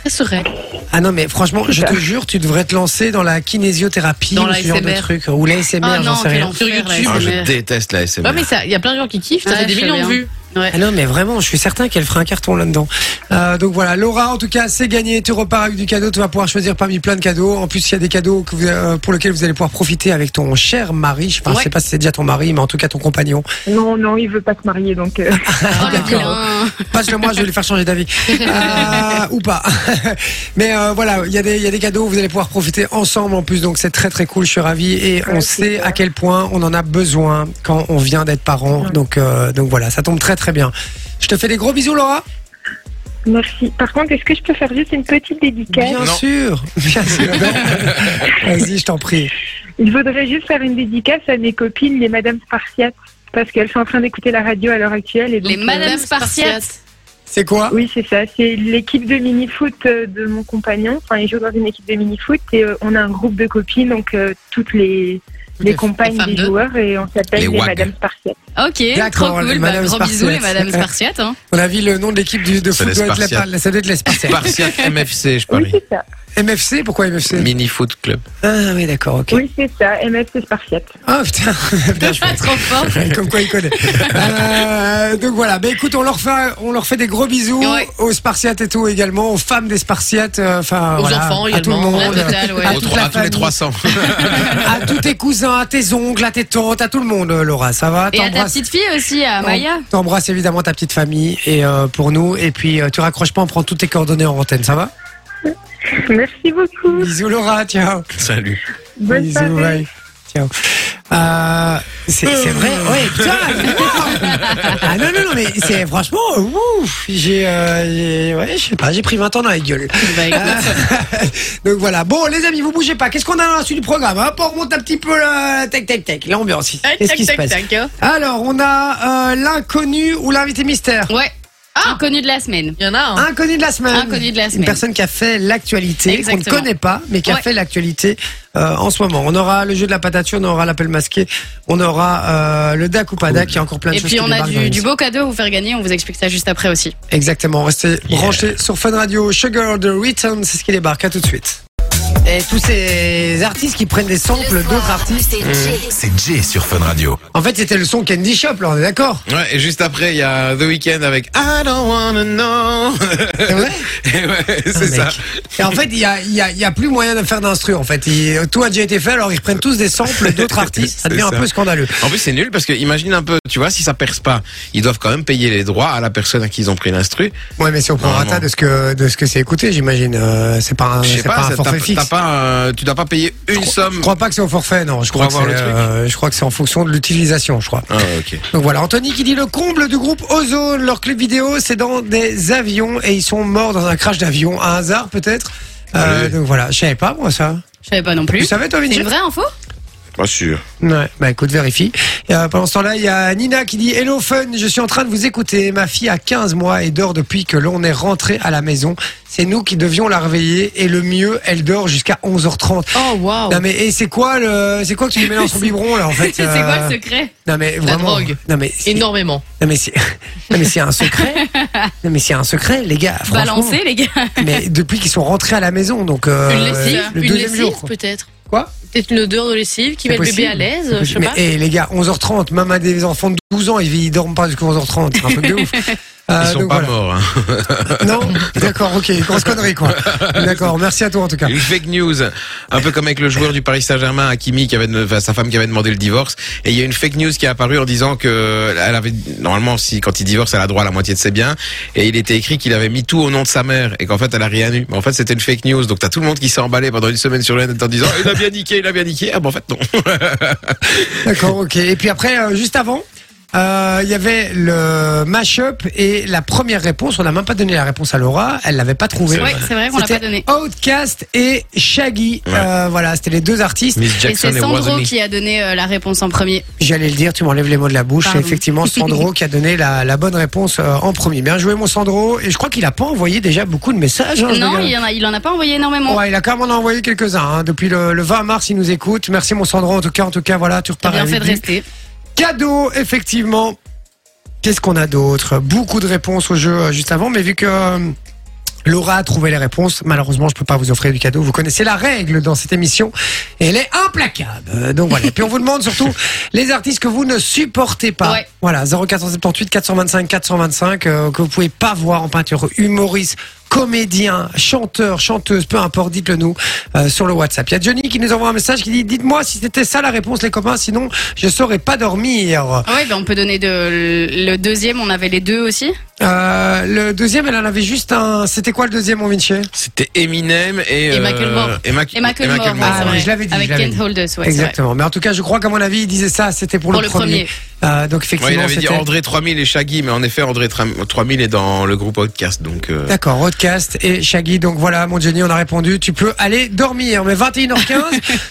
Speaker 4: Très sereine.
Speaker 1: Ah non, mais franchement, je te
Speaker 5: Super.
Speaker 1: jure, tu devrais te lancer dans la kinésiothérapie
Speaker 4: Dans
Speaker 1: ou
Speaker 4: la
Speaker 1: ce genre de
Speaker 4: ASMR.
Speaker 1: truc. Ou la SMR,
Speaker 2: Ah
Speaker 1: j'en
Speaker 2: non,
Speaker 1: sais
Speaker 2: quel
Speaker 1: rien.
Speaker 2: enfer,
Speaker 4: Sur
Speaker 2: la
Speaker 4: YouTube.
Speaker 3: Ah, je
Speaker 2: SMR.
Speaker 3: déteste la SMR.
Speaker 4: Ouais, mais ça, il y a plein de gens qui kiffent, ça
Speaker 2: Ouais,
Speaker 4: fait des
Speaker 2: je sais
Speaker 4: millions de
Speaker 2: bien.
Speaker 4: vues.
Speaker 2: Ouais.
Speaker 1: Ah non, mais vraiment, je suis certain qu'elle fera un carton là-dedans. Euh, donc voilà, Laura, en tout cas, c'est gagné. Tu repars avec du cadeau. Tu vas pouvoir choisir parmi plein de cadeaux. En plus, il y a des cadeaux que vous- euh, pour lesquels vous allez pouvoir profiter avec ton cher mari. Je ne
Speaker 2: Ouais.
Speaker 1: sais pas si c'est déjà ton mari, mais en tout cas ton compagnon.
Speaker 5: Non, non, il veut pas se marier donc. euh,
Speaker 2: Oh, le
Speaker 1: D'accord.
Speaker 2: vilain.
Speaker 1: Passe-le moi, je vais lui faire changer d'avis. Euh, ou pas. Mais euh, voilà, il y, a des- il y a des cadeaux, vous allez pouvoir profiter ensemble en plus, donc c'est très très cool, je suis ravi. Et on
Speaker 5: Ouais,
Speaker 1: sait
Speaker 5: super.
Speaker 1: à quel point on en a besoin quand on vient d'être parent.
Speaker 5: Ouais.
Speaker 1: Donc, euh, donc voilà, ça tombe très très bien. Je te fais des gros bisous, Laura.
Speaker 5: Merci. Par contre, est-ce que je peux faire juste une petite dédicace
Speaker 1: Bien
Speaker 3: Non.
Speaker 1: sûr. Bien sûr. Non. Vas-y, je t'en prie.
Speaker 5: Il faudrait juste faire une dédicace à mes copines, les Madame Spartiates, parce qu'elles sont en train d'écouter la radio à l'heure actuelle. Et donc,
Speaker 2: Les
Speaker 5: euh,
Speaker 2: Madame Spartiate.
Speaker 1: C'est quoi
Speaker 5: Oui, c'est ça. C'est l'équipe de mini-foot euh, de mon compagnon. Enfin, il joue dans une équipe de mini-foot et euh, on a un groupe de copines, donc euh, toutes les, les
Speaker 4: Les
Speaker 5: compagnes
Speaker 4: femmes
Speaker 5: des
Speaker 4: de-
Speaker 5: joueurs et on s'appelle
Speaker 3: Les
Speaker 5: les,
Speaker 3: WAG.
Speaker 5: Madame Spartiates.
Speaker 2: Ok, trop
Speaker 1: D'accord, les
Speaker 2: cool. Bah,
Speaker 1: Madame
Speaker 2: gros bisous, les
Speaker 1: Spartiate.
Speaker 2: Madame Spartiate. hein.
Speaker 1: On a vu le nom de l'équipe du- de
Speaker 3: C'est
Speaker 1: foot.
Speaker 3: les
Speaker 1: doit être la-
Speaker 3: Spartiates. Bah.
Speaker 1: ça doit être les Spartiates.
Speaker 3: Spartiate MFC, je
Speaker 5: Oui,
Speaker 3: parie.
Speaker 5: c'est ça.
Speaker 1: MFC, pourquoi MFC
Speaker 3: Mini Foot Club.
Speaker 1: Ah oui, d'accord, ok.
Speaker 5: Oui, c'est ça. MFC Spartiates.
Speaker 1: Ah putain, bien joué.
Speaker 2: Pas trop fort.
Speaker 1: Comme quoi il connaît. Euh, donc voilà, bah écoute, on leur fait, on leur fait des gros bisous
Speaker 2: Ouais.
Speaker 1: aux Spartiates et tout également, aux femmes des Spartiates, euh, enfin
Speaker 4: Aux
Speaker 1: voilà,
Speaker 4: enfants
Speaker 1: à tout le
Speaker 4: également.
Speaker 1: monde,
Speaker 2: La totale, ouais.
Speaker 1: à,
Speaker 3: Au
Speaker 1: Ah, toute
Speaker 3: trois-
Speaker 1: la
Speaker 3: à tous les
Speaker 1: famille,
Speaker 3: 300.
Speaker 1: à tous tes cousins, à tes oncles, à tes tantes, à tout le monde, euh, Laura, ça va
Speaker 2: Et à ta
Speaker 1: T'embrasses-
Speaker 2: petite fille aussi, à Maya.
Speaker 1: T'embrasses évidemment ta petite famille et euh, pour nous et puis euh, tu raccroches pas, on prend toutes tes coordonnées en antenne, ça va
Speaker 5: Merci beaucoup.
Speaker 1: Bisous Laura, ciao.
Speaker 3: Salut.
Speaker 5: Bonne
Speaker 1: Bisous,
Speaker 5: soirée.
Speaker 1: bye. Ciao. Euh, c'est c'est vrai,
Speaker 5: Oh.
Speaker 1: ouais, putain! wow. Ah non, non, non, mais c'est franchement, ouf! J'ai, euh, j'ai- ouais, je sais pas, j'ai pris 20 ans dans la gueule.
Speaker 2: Bah, écoute,
Speaker 1: Donc voilà, bon, les amis, vous bougez pas. Qu'est-ce qu'on a dans la suite du programme? Hop, on remonte un petit peu la tac, tac, tac, l'ambiance ici.
Speaker 4: Tac,
Speaker 1: Qu'est-ce qui se
Speaker 4: tac,
Speaker 1: passe?
Speaker 4: tac, tac, hein.
Speaker 1: Alors, on a euh, l'inconnu ou l'invité mystère.
Speaker 2: Ouais. Inconnu Ah, de la semaine.
Speaker 4: Il y en a un.
Speaker 1: Inconnu de la semaine.
Speaker 2: Hein. Inconnu de la
Speaker 1: Une
Speaker 2: semaine.
Speaker 1: personne qui a fait l'actualité, qu'on ne
Speaker 2: Exactement.
Speaker 1: connaît pas, mais qui a
Speaker 2: Ouais.
Speaker 1: fait l'actualité euh, en ce moment. On aura le jeu de la patatue, on aura l'appel masqué, on aura euh, le dac ou pada, qui a encore plein de
Speaker 2: Et
Speaker 1: choses.
Speaker 2: puis
Speaker 1: qui
Speaker 2: on a
Speaker 1: débarquent dans
Speaker 2: du,
Speaker 1: les
Speaker 2: du beau cadeau à vous faire gagner, on vous explique ça juste après aussi.
Speaker 1: Exactement, restez branchés sur Fun Radio. Sugar The Return, c'est ce qui débarque, à tout de suite. Et tous ces artistes qui prennent des samples d'autres artistes. Mmh.
Speaker 7: C'est Jay sur Fun Radio.
Speaker 1: En fait, c'était le son Candy Shop, là, on est d'accord
Speaker 3: Ouais, et juste après, il y a The Weeknd avec I don't wanna know.
Speaker 1: C'est vrai
Speaker 3: Et ouais,
Speaker 1: Ah,
Speaker 3: c'est
Speaker 1: mec.
Speaker 3: ça.
Speaker 1: Et en fait, il y a, il y a- il y a plus moyen de faire d'instru. En fait, Il- tout a déjà été fait. Alors ils reprennent tous des samples d'autres artistes. Ça
Speaker 3: C'est
Speaker 1: devient un
Speaker 3: ça.
Speaker 1: peu scandaleux.
Speaker 3: En plus, c'est nul parce que imagine un peu, tu vois, si ça perce pas, ils doivent quand même payer les droits à la personne à qui ils ont pris l'instru.
Speaker 1: Ouais, mais c'est au prorata
Speaker 3: Normalement.
Speaker 1: de ce que de ce que c'est écouté, j'imagine. Euh, c'est pas un,
Speaker 3: Je sais
Speaker 1: c'est pas,
Speaker 3: pas,
Speaker 1: un
Speaker 3: ça- t'as
Speaker 1: forfait
Speaker 3: t'as
Speaker 1: fixe.
Speaker 3: pas, euh, tu dois pas payer une
Speaker 1: Je
Speaker 3: somme.
Speaker 1: crois pas que c'est au forfait, non. Je
Speaker 3: Pour
Speaker 1: crois, que
Speaker 3: avoir
Speaker 1: c'est,
Speaker 3: le truc.
Speaker 1: euh, je crois que c'est en fonction de l'utilisation, je crois.
Speaker 3: Ah, ok.
Speaker 1: Donc voilà, Anthony qui dit le comble du groupe Ozone. Leur clip vidéo, c'est dans des avions et ils sont morts dans un crash d'avion. Un hasard peut-être. Euh,
Speaker 3: Oui.
Speaker 1: donc voilà, je savais pas moi ça.
Speaker 2: Je savais pas non
Speaker 1: Tu
Speaker 2: plus.
Speaker 1: savais toi,
Speaker 2: C'est une
Speaker 1: Vinci
Speaker 2: vraie info
Speaker 3: Pas sûr.
Speaker 1: Ouais, bah écoute, vérifie. Et, euh, pendant ce temps-là, il y a Nina qui dit Hello fun, je suis en train de vous écouter. Ma fille a 15 mois et dort depuis que l'on est rentré à la maison. C'est nous qui devions la réveiller et le mieux, elle dort jusqu'à 11h30.
Speaker 4: Oh, waouh.
Speaker 1: Non mais et c'est quoi le c'est quoi que tu lui mets dans son biberon là en fait
Speaker 2: C'est
Speaker 1: euh,
Speaker 2: quoi le secret
Speaker 1: Non mais
Speaker 4: La
Speaker 1: vraiment.
Speaker 4: drogue.
Speaker 1: Non mais c'est- non
Speaker 4: Énormément.
Speaker 1: mais c'est non mais c'est un secret. non mais c'est un secret les gars. franchement.
Speaker 2: Balancer, les gars.
Speaker 1: Mais depuis qu'ils sont rentrés à la maison donc euh,
Speaker 4: Une lessive,
Speaker 1: le
Speaker 4: une
Speaker 1: deuxième
Speaker 4: lessive
Speaker 1: jour. quoi.
Speaker 4: peut-être.
Speaker 1: Quoi
Speaker 4: Peut-être une odeur de lessive
Speaker 1: C'est
Speaker 4: qui met le bébé
Speaker 1: possible.
Speaker 4: à l'aise, je sais
Speaker 1: Mais
Speaker 4: pas.
Speaker 1: hey, les gars, 11h30, même à des enfants de 12 ans, ils ils dorment pas jusqu'à 11h30. C'est un truc de ouf. Euh,
Speaker 3: Ils sont
Speaker 1: donc
Speaker 3: pas
Speaker 1: voilà.
Speaker 3: morts. hein.
Speaker 1: Non D'accord, ok. Grosse connerie, quoi. D'accord, merci à toi en tout cas.
Speaker 3: Une fake news, un peu comme avec le joueur du Paris Saint-Germain, Hakimi, qui avait, enfin, sa femme qui avait demandé le divorce. Et il y a une fake news qui est apparue en disant que elle avait normalement, si quand il divorce, elle a droit à la moitié de ses biens. Et il était écrit qu'il avait mis tout au nom de sa mère et qu'en fait, elle a rien eu. Mais en fait, c'était une fake news. Donc t'as tout le monde qui s'est emballé pendant une semaine sur le net en disant il a bien niqué, il a bien niqué. Ah bon, en fait non.
Speaker 1: D'accord, ok. Et puis après, euh, juste avant, euh, il y avait le mash-up et la première réponse. On n'a même pas donné la réponse à Laura. Elle l'avait pas trouvée.
Speaker 2: Ouais, c'est vrai qu'on l'a
Speaker 1: C'était
Speaker 2: pas donné.
Speaker 1: Outcast et Shaggy.
Speaker 3: Ouais.
Speaker 1: Euh, voilà, c'était les deux artistes.
Speaker 3: Miss
Speaker 2: Et
Speaker 3: Jackson
Speaker 2: c'est
Speaker 3: et
Speaker 2: Sandro
Speaker 3: Wozniak.
Speaker 2: qui a donné euh, la réponse en premier.
Speaker 1: J'allais le dire, tu m'enlèves les mots de la bouche.
Speaker 2: Pardon.
Speaker 1: C'est effectivement Sandro qui a donné la, la bonne réponse euh, en premier. Bien joué mon Sandro. Et je crois qu'il a pas envoyé déjà beaucoup de messages. hein, je
Speaker 2: Non,
Speaker 1: regarde.
Speaker 2: il en, a, il en a pas envoyé énormément.
Speaker 1: Ouais, il a quand même en envoyé quelques-uns. hein. Depuis le, le 20 mars, il nous écoute. Merci mon Sandro. En tout cas, en tout cas, voilà, tu
Speaker 2: T'as
Speaker 1: repars. avec
Speaker 2: bien fait de
Speaker 1: du
Speaker 2: rester.
Speaker 1: Cadeau, effectivement. Qu'est-ce qu'on a d'autre Beaucoup de réponses au jeu euh, juste avant, mais vu que euh, Laura a trouvé les réponses, malheureusement, je peux pas vous offrir du cadeau. Vous connaissez la règle dans cette émission, et elle est implacable. Euh, Donc voilà. Et puis on vous demande surtout les artistes que vous ne supportez pas.
Speaker 2: Ouais.
Speaker 1: Voilà, 0478 425 425 euh, que vous pouvez pas voir en peinture, humoriste, comédien, chanteur, chanteuse, peu importe, dites-le nous euh, sur le WhatsApp. Il y a Johnny qui nous envoie un message qui dit dites-moi si c'était ça la réponse les copains, sinon je saurais pas dormir.
Speaker 2: Ah ouais, ben on peut donner de, le deuxième, on avait les deux aussi.
Speaker 1: Euh, le deuxième, elle en avait juste un. C'était quoi le deuxième, mon Vinci
Speaker 3: C'était Eminem et, euh,
Speaker 4: Et Macklemore.
Speaker 3: et Mac-
Speaker 2: Et Michael
Speaker 3: et
Speaker 2: Moore,
Speaker 3: Macklemore.
Speaker 2: ouais, c'est
Speaker 1: Ah,
Speaker 2: vrai.
Speaker 1: je l'avais dit,
Speaker 2: Avec
Speaker 1: je l'avais
Speaker 2: Kent
Speaker 1: dit.
Speaker 2: Holders, ouais, c'est vrai.
Speaker 1: Exactement. Mais en tout cas, je crois qu'à mon avis, il disait ça. C'était pour,
Speaker 2: Pour le premier.
Speaker 1: Euh, donc effectivement,
Speaker 3: Ouais, il avait dit
Speaker 1: c'était-
Speaker 3: André 3000 et Shaggy, mais en effet André 3000 est dans le groupe Outcast, donc. euh,
Speaker 1: D'accord, Rodcast et Shaggy. Donc voilà, mon Johnny, on a répondu. Tu peux aller dormir. Mais 21h15,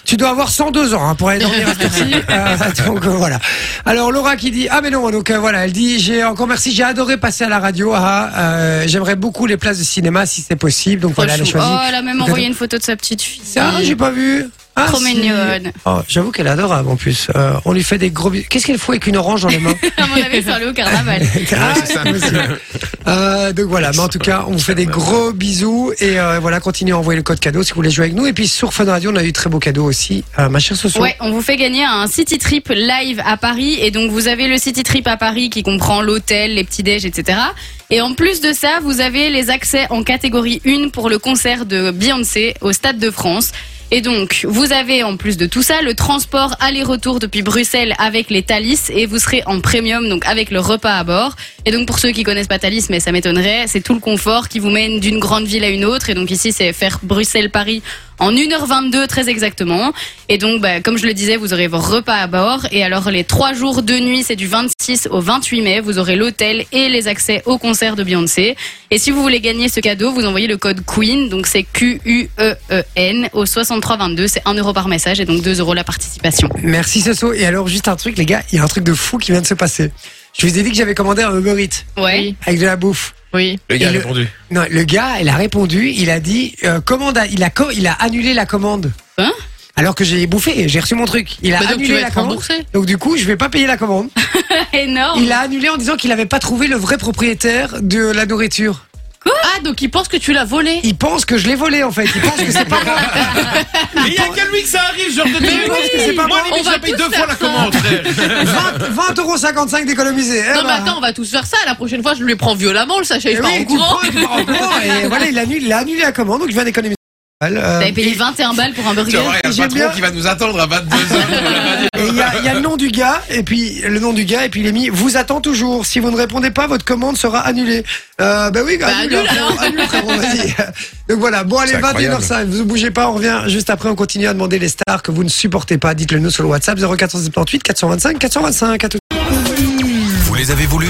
Speaker 1: tu dois avoir 102 ans hein, pour aller dormir à cette heure-ci. Euh, donc euh, voilà. Alors Laura qui dit Ah, mais non, donc euh, voilà, elle dit J'ai encore merci, j'ai adoré passer à la radio. Ah, ah, euh, J'aimerais beaucoup les places de cinéma si c'est possible. Donc voilà, elle a
Speaker 2: Trop chou.
Speaker 1: choisi.
Speaker 2: Oh, elle a même
Speaker 1: Donc,
Speaker 2: envoyé une photo de sa petite fille.
Speaker 1: Ça, j'ai pas vu. Ah,
Speaker 2: Trop
Speaker 1: si.
Speaker 2: mignonne.
Speaker 1: Oh, J'avoue qu'elle est adorable en plus. Euh, on lui fait des gros bisous. Qu'est-ce qu'elle fout avec une orange dans les mains
Speaker 2: À mon avis, c'est allé au carnaval.
Speaker 1: Ah,
Speaker 3: c'est ça.
Speaker 1: possible. Euh, donc voilà, mais en tout cas, on vous fait des gros bisous et euh, voilà, continuez à envoyer le code cadeau si vous voulez jouer avec nous. Et puis sur Fun Radio, on a eu très beau cadeau aussi, euh, ma chère Soso.
Speaker 2: Ouais, on vous fait gagner un city trip live à Paris. Et donc, vous avez le city trip à Paris qui comprend l'hôtel, les petits-déj, etc. Et en plus de ça, vous avez les accès en catégorie 1 pour le concert de Beyoncé au Stade de France. Et donc, vous avez en plus de tout ça le transport aller-retour depuis Bruxelles avec les Thalys et vous serez en premium, donc avec le repas à bord. Et donc, pour ceux qui connaissent pas Thalys, mais ça m'étonnerait, c'est tout le confort qui vous mène d'une grande ville à une autre. Et donc, ici, c'est faire Bruxelles-Paris en 1h22 très exactement. Et donc, bah, comme je le disais, vous aurez vos repas à bord. Et alors, les trois jours de nuit, c'est du 26 au 28 mai. Vous aurez l'hôtel et les accès au concert de Beyoncé. Et si vous voulez gagner ce cadeau, vous envoyez le code QUEEN, donc c'est Q-U-E-E-N, E au 6322. C'est 1 euro par message et donc 2 euros la participation.
Speaker 1: Merci Soso. Et alors, juste un truc, les gars, il y a un truc de fou qui vient de se passer. Je vous ai dit que j'avais commandé un Uber Eats
Speaker 2: Ouais.
Speaker 1: avec de la bouffe.
Speaker 4: Oui.
Speaker 3: Le gars
Speaker 1: Et
Speaker 3: a
Speaker 1: le-
Speaker 3: répondu.
Speaker 1: Non, le gars, il a répondu, il a dit, euh, commande, à- il a, co- il a annulé la commande.
Speaker 2: Hein
Speaker 1: Alors que j'ai bouffé, j'ai reçu mon truc. Il a
Speaker 4: Bah donc, tu
Speaker 1: annulé
Speaker 4: vas
Speaker 1: la
Speaker 4: être
Speaker 1: commande.
Speaker 4: remboursé.
Speaker 1: Donc du coup, je vais pas payer la commande.
Speaker 4: Oh.
Speaker 2: Énorme.
Speaker 1: Il l'a annulé en disant qu'il n'avait pas trouvé le vrai propriétaire de la nourriture.
Speaker 4: Ah, donc il pense que tu l'as volé.
Speaker 1: Il pense que je l'ai volé en fait. Il pense que c'est
Speaker 4: Ah,
Speaker 1: pas moi.
Speaker 3: Mais il y a qu'à lui que ça arrive, genre de
Speaker 1: Mais oui, parce que c'est pas
Speaker 3: Moi,
Speaker 1: moi.
Speaker 3: limite,
Speaker 4: On va
Speaker 3: je paye
Speaker 4: tous
Speaker 3: deux
Speaker 4: faire
Speaker 3: fois la
Speaker 4: ça.
Speaker 3: commande, frère.
Speaker 1: 20,55€ d'économiser. Eh
Speaker 4: Non, mais
Speaker 1: bah.
Speaker 4: attends, on va tous faire ça. La prochaine fois, je lui prends violemment le sachet,
Speaker 1: Eh
Speaker 4: je pars
Speaker 1: oui,
Speaker 4: en
Speaker 1: tu
Speaker 4: courant.
Speaker 1: prends, tu pars en courant, Et voilà, il annule, il a annulé la commande, donc je viens d'économiser. Euh,
Speaker 2: T'avais payé 21 balles pour un
Speaker 3: Tu vas
Speaker 2: burger.
Speaker 3: voir, il y a le
Speaker 1: J'aime bien.
Speaker 3: patron qui va nous attendre à 22h.
Speaker 1: Et il y, a il y a le nom du gars, et puis le nom du gars, et puis il est mis vous attend toujours. Si vous ne répondez pas, votre commande sera annulée. Euh, bah oui, annule,
Speaker 4: annule,
Speaker 1: frérot, annule, frérot, vas-y. Donc voilà, bon allez,
Speaker 3: C'est
Speaker 1: 21h05, vous ne bougez pas, on revient juste après, on continue à demander les stars que vous ne supportez pas. Dites-le nous sur le WhatsApp 0478 425 425. À tout
Speaker 7: Vous les avez voulu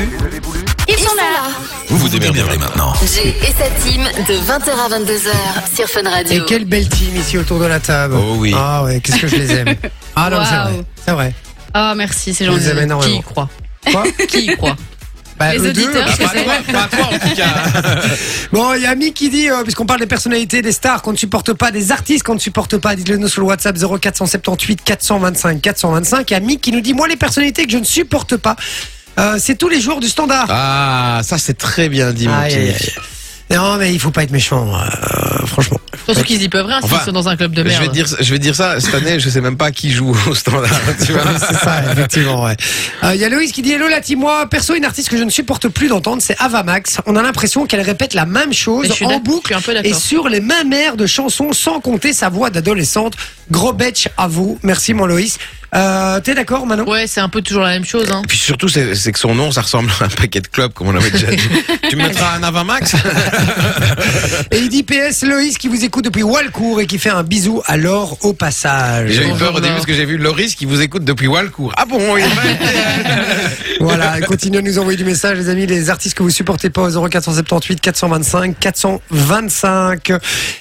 Speaker 8: Ils sont là.
Speaker 7: Vous vous démerdez maintenant.
Speaker 8: Jay et sa team de 20h à 22h sur Fun
Speaker 1: Et
Speaker 8: Radio.
Speaker 1: quelle belle team ici autour de la table.
Speaker 3: Oh oui.
Speaker 1: Ah ouais, qu'est-ce que je les aime. Ah non, c'est vrai.
Speaker 2: Waouh.
Speaker 1: C'est vrai.
Speaker 2: Ah, merci, c'est
Speaker 1: Je
Speaker 2: gentil.
Speaker 1: les aime
Speaker 4: Qui
Speaker 1: énormément.
Speaker 4: y croit
Speaker 1: Quoi
Speaker 4: Qui y croit
Speaker 1: Bah,
Speaker 2: Les
Speaker 1: eux deux,
Speaker 2: auditeurs,
Speaker 1: bah,
Speaker 2: je
Speaker 1: pas
Speaker 2: sais.
Speaker 1: toi.
Speaker 3: Ah, Pas toi, en tout cas.
Speaker 1: Bon, il y a Ami qui dit, euh, puisqu'on parle des personnalités, des stars qu'on ne supporte pas, des artistes qu'on ne supporte pas, dites-le nous sur le WhatsApp 0478 425 425. Il y a Ami qui nous dit, moi, les personnalités que je ne supporte pas, euh, c'est tous les jours du standard.
Speaker 3: Ah, ça c'est très bien dit, mon
Speaker 1: Aïe,
Speaker 3: petit
Speaker 1: aïe,
Speaker 3: Mick.
Speaker 1: aïe. Non, mais il faut pas être méchant, euh, franchement.
Speaker 4: Surtout qu'ils y peuvent rien s'ils
Speaker 3: Enfin,
Speaker 4: sont dans un club de
Speaker 3: Je vais,
Speaker 4: merde.
Speaker 3: te dire, je vais te dire ça, cette année, je sais même pas qui joue au standard, tu vois.
Speaker 1: Ouais, c'est ça, effectivement, ouais. Euh, Il y a Loïs qui dit Hello la team, moi, perso, une artiste que je ne supporte plus d'entendre, c'est Ava Max. On a l'impression qu'elle répète la même chose
Speaker 4: Mais je suis
Speaker 1: en
Speaker 4: d'ac-
Speaker 1: boucle
Speaker 4: je suis un peu
Speaker 1: et
Speaker 4: d'accord.
Speaker 1: sur les mêmes airs de chansons, sans compter sa voix d'adolescente. Gros betch à vous. Merci, mon Loïs. Euh, T'es d'accord, Manon
Speaker 4: Ouais, c'est un peu toujours la même chose. Hein.
Speaker 3: Et puis surtout, c'est c'est que son nom, ça ressemble à un paquet de clubs, comme on avait déjà dit. tu me mettras un Avamax
Speaker 1: Et il dit PS Loïs qui vous écoute depuis Walcourt et qui fait un bisou à Laure au passage.
Speaker 3: J'ai eu
Speaker 4: Bonjour,
Speaker 3: peur au début
Speaker 4: Laure.
Speaker 3: parce que j'ai vu Loris qui vous écoute depuis Walcourt. Ah bon, il est vrai
Speaker 1: Voilà, continuez à nous envoyer du message, les amis, les artistes que vous supportez pas au 0478 425 425.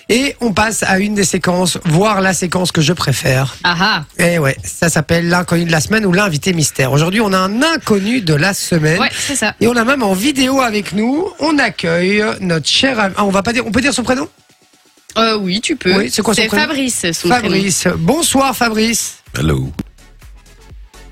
Speaker 1: Et on passe à une des séquences, voire la séquence que je préfère.
Speaker 2: Ah ah.
Speaker 1: Et ouais, ça s'appelle l'inconnu de la semaine ou l'invité mystère. Aujourd'hui, on a un inconnu de la semaine.
Speaker 2: Ouais, c'est ça.
Speaker 1: Et on a même en vidéo avec nous, on accueille notre cher ami- ah, on va pas dire, on peut dire son prénom
Speaker 2: Euh, oui, tu peux.
Speaker 1: Oui, c'est quoi son prénom
Speaker 2: Fabrice, son prénom.
Speaker 1: Fabrice. Bonsoir Fabrice.
Speaker 7: Hello.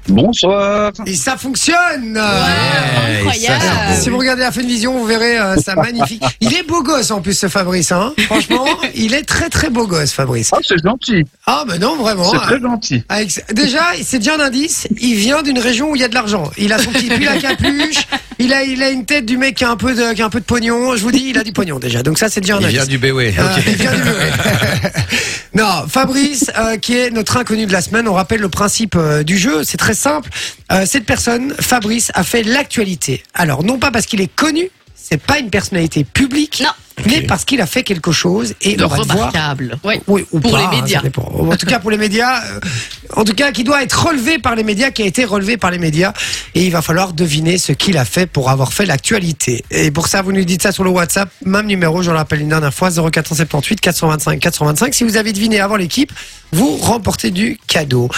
Speaker 9: Bonsoir.
Speaker 1: Et ça fonctionne.
Speaker 2: Ouais,
Speaker 3: Ouais, ça,
Speaker 2: incroyable.
Speaker 3: c'est
Speaker 1: Ah, Si vous regardez la fin de vision, vous verrez euh, ça magnifique. Il est beau gosse en plus ce Fabrice. Hein. Franchement, il est très très beau gosse Fabrice.
Speaker 9: Ah, c'est gentil.
Speaker 1: Ah mais non vraiment.
Speaker 9: c'est
Speaker 1: hein.
Speaker 9: très gentil.
Speaker 1: Avec- Déjà, c'est déjà un indice. Il vient d'une région où il y a de l'argent. Il a son petit pull à capuche. Il a il a une tête du mec qui a un peu de qui a un peu de pognon. Je vous dis, il a du pognon déjà. Donc ça c'est déjà un
Speaker 3: Il
Speaker 1: indice.
Speaker 3: vient du BW.
Speaker 1: Ah, il vient du Loiret. non, Fabrice, euh, qui est notre inconnu de la semaine, on rappelle le principe euh, du jeu, c'est très simple. Euh, cette personne, Fabrice, a fait l'actualité. Alors, non pas parce qu'il est connu, c'est pas une personnalité publique, mais parce qu'il a fait quelque chose et
Speaker 4: De
Speaker 1: on va devoir-
Speaker 4: remarquable. Ouais.
Speaker 1: Oui, ou
Speaker 4: Pour
Speaker 1: pas,
Speaker 4: les
Speaker 1: hein, ça
Speaker 4: médias.
Speaker 1: dépend. en tout cas, pour les médias, euh, en tout cas, qui doit être relevé par les médias, qui a été relevé par les médias, et il va falloir deviner ce qu'il a fait pour avoir fait l'actualité. Et pour ça, vous nous dites ça sur le WhatsApp, même numéro, j'en rappelle une dernière fois, 0478 425 425. Si vous avez deviné avant l'équipe, vous remportez du cadeau.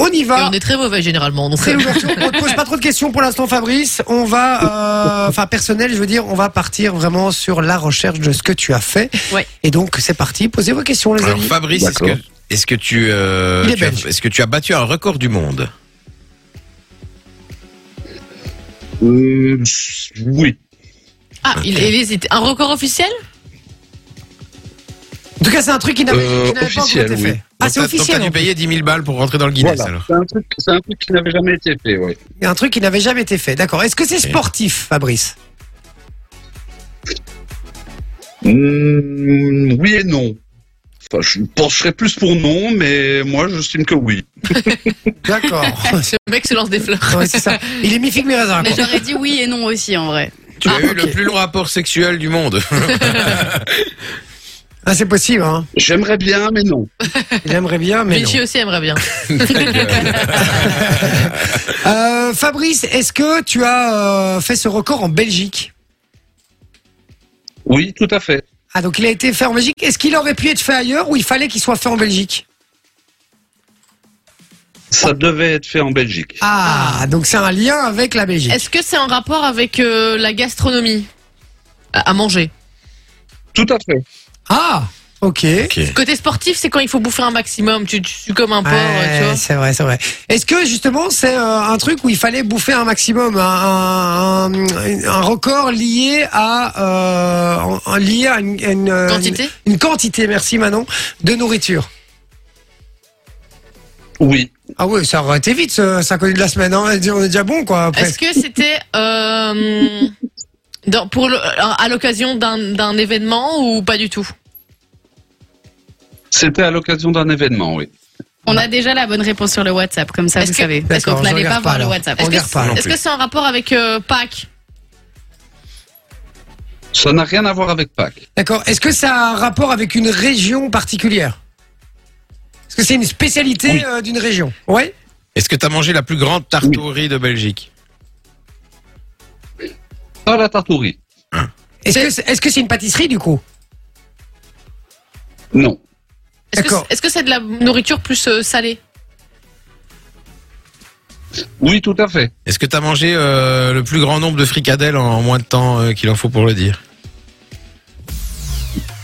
Speaker 1: On y
Speaker 4: Et
Speaker 1: va.
Speaker 4: on est très mauvais généralement. Donc
Speaker 1: Ah.
Speaker 4: euh,
Speaker 1: C'est l'ouverture. On te pose pas trop de questions pour l'instant, Fabrice. On va, euh, enfin personnel, je veux dire, on va partir vraiment sur la recherche de ce que tu as fait.
Speaker 4: Ouais.
Speaker 1: Et donc c'est parti. Posez vos questions, les
Speaker 3: Alors
Speaker 1: amis.
Speaker 3: Fabrice, est-ce que,
Speaker 9: D'accord.
Speaker 3: est-ce que tu, euh,
Speaker 1: Il est
Speaker 3: tu as-
Speaker 1: belge. Ah,
Speaker 3: est-ce que tu as battu un record du monde
Speaker 9: Euh, je- oui.
Speaker 4: Ah, il, il hésite. Un record officiel
Speaker 1: En tout cas, c'est un truc qui n'avait
Speaker 9: Euh,
Speaker 1: qui n'avait pas encore
Speaker 9: officiel,
Speaker 1: été
Speaker 9: oui.
Speaker 1: fait. Ah,
Speaker 3: Donc
Speaker 1: c'est
Speaker 3: t'as- donc
Speaker 1: officiel.
Speaker 3: t'as
Speaker 1: en
Speaker 3: dû
Speaker 1: plus.
Speaker 3: payer 10 000 balles pour rentrer dans le Guinness
Speaker 9: Voilà.
Speaker 3: alors.
Speaker 9: C'est un truc, c'est un truc qui n'avait jamais été fait, oui.
Speaker 1: Il y a Un truc qui n'avait jamais été fait. D'accord. Est-ce que c'est sportif, Fabrice
Speaker 9: Mmh, oui et non. Enfin, je pencherais plus pour non, mais moi, j'estime que oui.
Speaker 1: D'accord.
Speaker 4: Ce mec se lance des fleurs.
Speaker 1: Ouais, c'est ça. Il est mythique, mais raisin,
Speaker 2: Mais
Speaker 1: quoi.
Speaker 2: j'aurais dit oui et non aussi en vrai.
Speaker 3: Tu
Speaker 1: Ah,
Speaker 3: as eu le
Speaker 1: ok.
Speaker 3: plus long rapport sexuel du monde.
Speaker 1: Ah, c'est possible, hein.
Speaker 9: J'aimerais bien, mais non.
Speaker 1: Il aimerait bien, mais. non.
Speaker 4: Vinci aussi aimerait bien.
Speaker 1: Euh, Fabrice, est-ce que tu as euh, fait ce record en Belgique
Speaker 9: Oui, tout à fait.
Speaker 1: Ah, donc il a été fait en Belgique. Est-ce qu'il aurait pu être fait ailleurs ou il fallait qu'il soit fait en Belgique
Speaker 9: Ça devait être fait en Belgique.
Speaker 1: Ah, donc c'est un lien avec la Belgique.
Speaker 4: Est-ce que c'est en rapport avec euh, la gastronomie à, à manger
Speaker 9: Tout à fait.
Speaker 1: Ah, ok.
Speaker 4: Côté sportif, c'est quand il faut bouffer un maximum. Tu tu sues comme un porc,
Speaker 1: Ouais,
Speaker 4: tu vois.
Speaker 1: c'est vrai, c'est vrai. Est-ce que justement c'est euh, un truc où il fallait bouffer un maximum, un, un, un- un record lié à euh, un- un- lié à une, à une, euh,
Speaker 4: Quantité
Speaker 1: une, une quantité, merci Manon, de nourriture.
Speaker 9: Oui.
Speaker 1: Ah oui, ça aurait été vite, ce, ça connu de la semaine. Hein. On est déjà- on est déjà bon, quoi. Après.
Speaker 4: Est-ce que c'était euh, dans- pour le- euh, à l'occasion d'un d'un événement ou pas du tout
Speaker 9: C'était à l'occasion d'un événement, oui.
Speaker 2: On a déjà la bonne réponse sur le WhatsApp, comme ça
Speaker 4: Est-ce
Speaker 2: vous
Speaker 4: que-
Speaker 2: savez.
Speaker 1: D'accord,
Speaker 2: Donc
Speaker 1: je
Speaker 2: n'allez
Speaker 1: regarde
Speaker 2: pas
Speaker 1: pas,
Speaker 2: voir le
Speaker 1: alors.
Speaker 2: WhatsApp.
Speaker 1: On
Speaker 4: Est-ce que
Speaker 1: regarde pas non
Speaker 4: c'est- est-ce que c'est en rapport avec euh, Pâques
Speaker 9: Ça n'a rien à voir avec Pâques.
Speaker 1: D'accord. Est-ce que ça a un rapport avec une région particulière Est-ce que c'est une spécialité
Speaker 9: Oui.
Speaker 1: euh, d'une région Ouais.
Speaker 3: Est-ce que t'as mangé la plus grande tarte au riz de Belgique
Speaker 9: Pas la tartourie.
Speaker 1: Est-ce que c'est est-ce que c'est une pâtisserie du coup
Speaker 9: Non.
Speaker 4: Est-ce que
Speaker 1: D'accord.
Speaker 4: c'est- est-ce que c'est de la nourriture plus euh, salée
Speaker 9: Oui, tout à fait.
Speaker 3: Est-ce que t'as mangé euh, le plus grand nombre de fricadelles en moins de temps euh, qu'il en faut pour le dire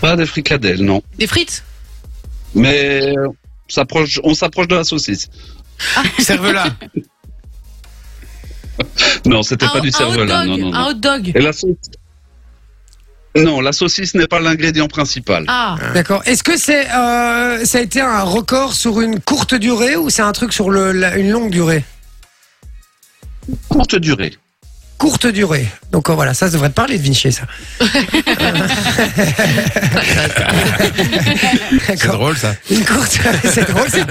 Speaker 9: Pas des fricadelles, non.
Speaker 4: Des frites
Speaker 9: Mais on s'approche- on s'approche de la saucisse.
Speaker 3: Serve-la
Speaker 9: Non, c'était
Speaker 4: Ah, un,
Speaker 9: pas du
Speaker 4: un hot
Speaker 9: cerveau-là.
Speaker 4: dog,
Speaker 9: Non, non,
Speaker 4: un
Speaker 9: non.
Speaker 4: hot dog.
Speaker 9: Et la saucisse Non, la saucisse n'est pas l'ingrédient principal.
Speaker 4: Ah,
Speaker 1: D'accord. Est-ce que c'est euh, ça a été un record sur une courte durée ou c'est un truc sur le, la- une longue durée
Speaker 9: Courte durée.
Speaker 1: Courte durée. Donc euh, voilà, ça, ça devrait te parler de Vinci, ça.
Speaker 3: C'est
Speaker 1: D'accord.
Speaker 3: drôle ça.
Speaker 1: Une courte, c'est drôle, ça.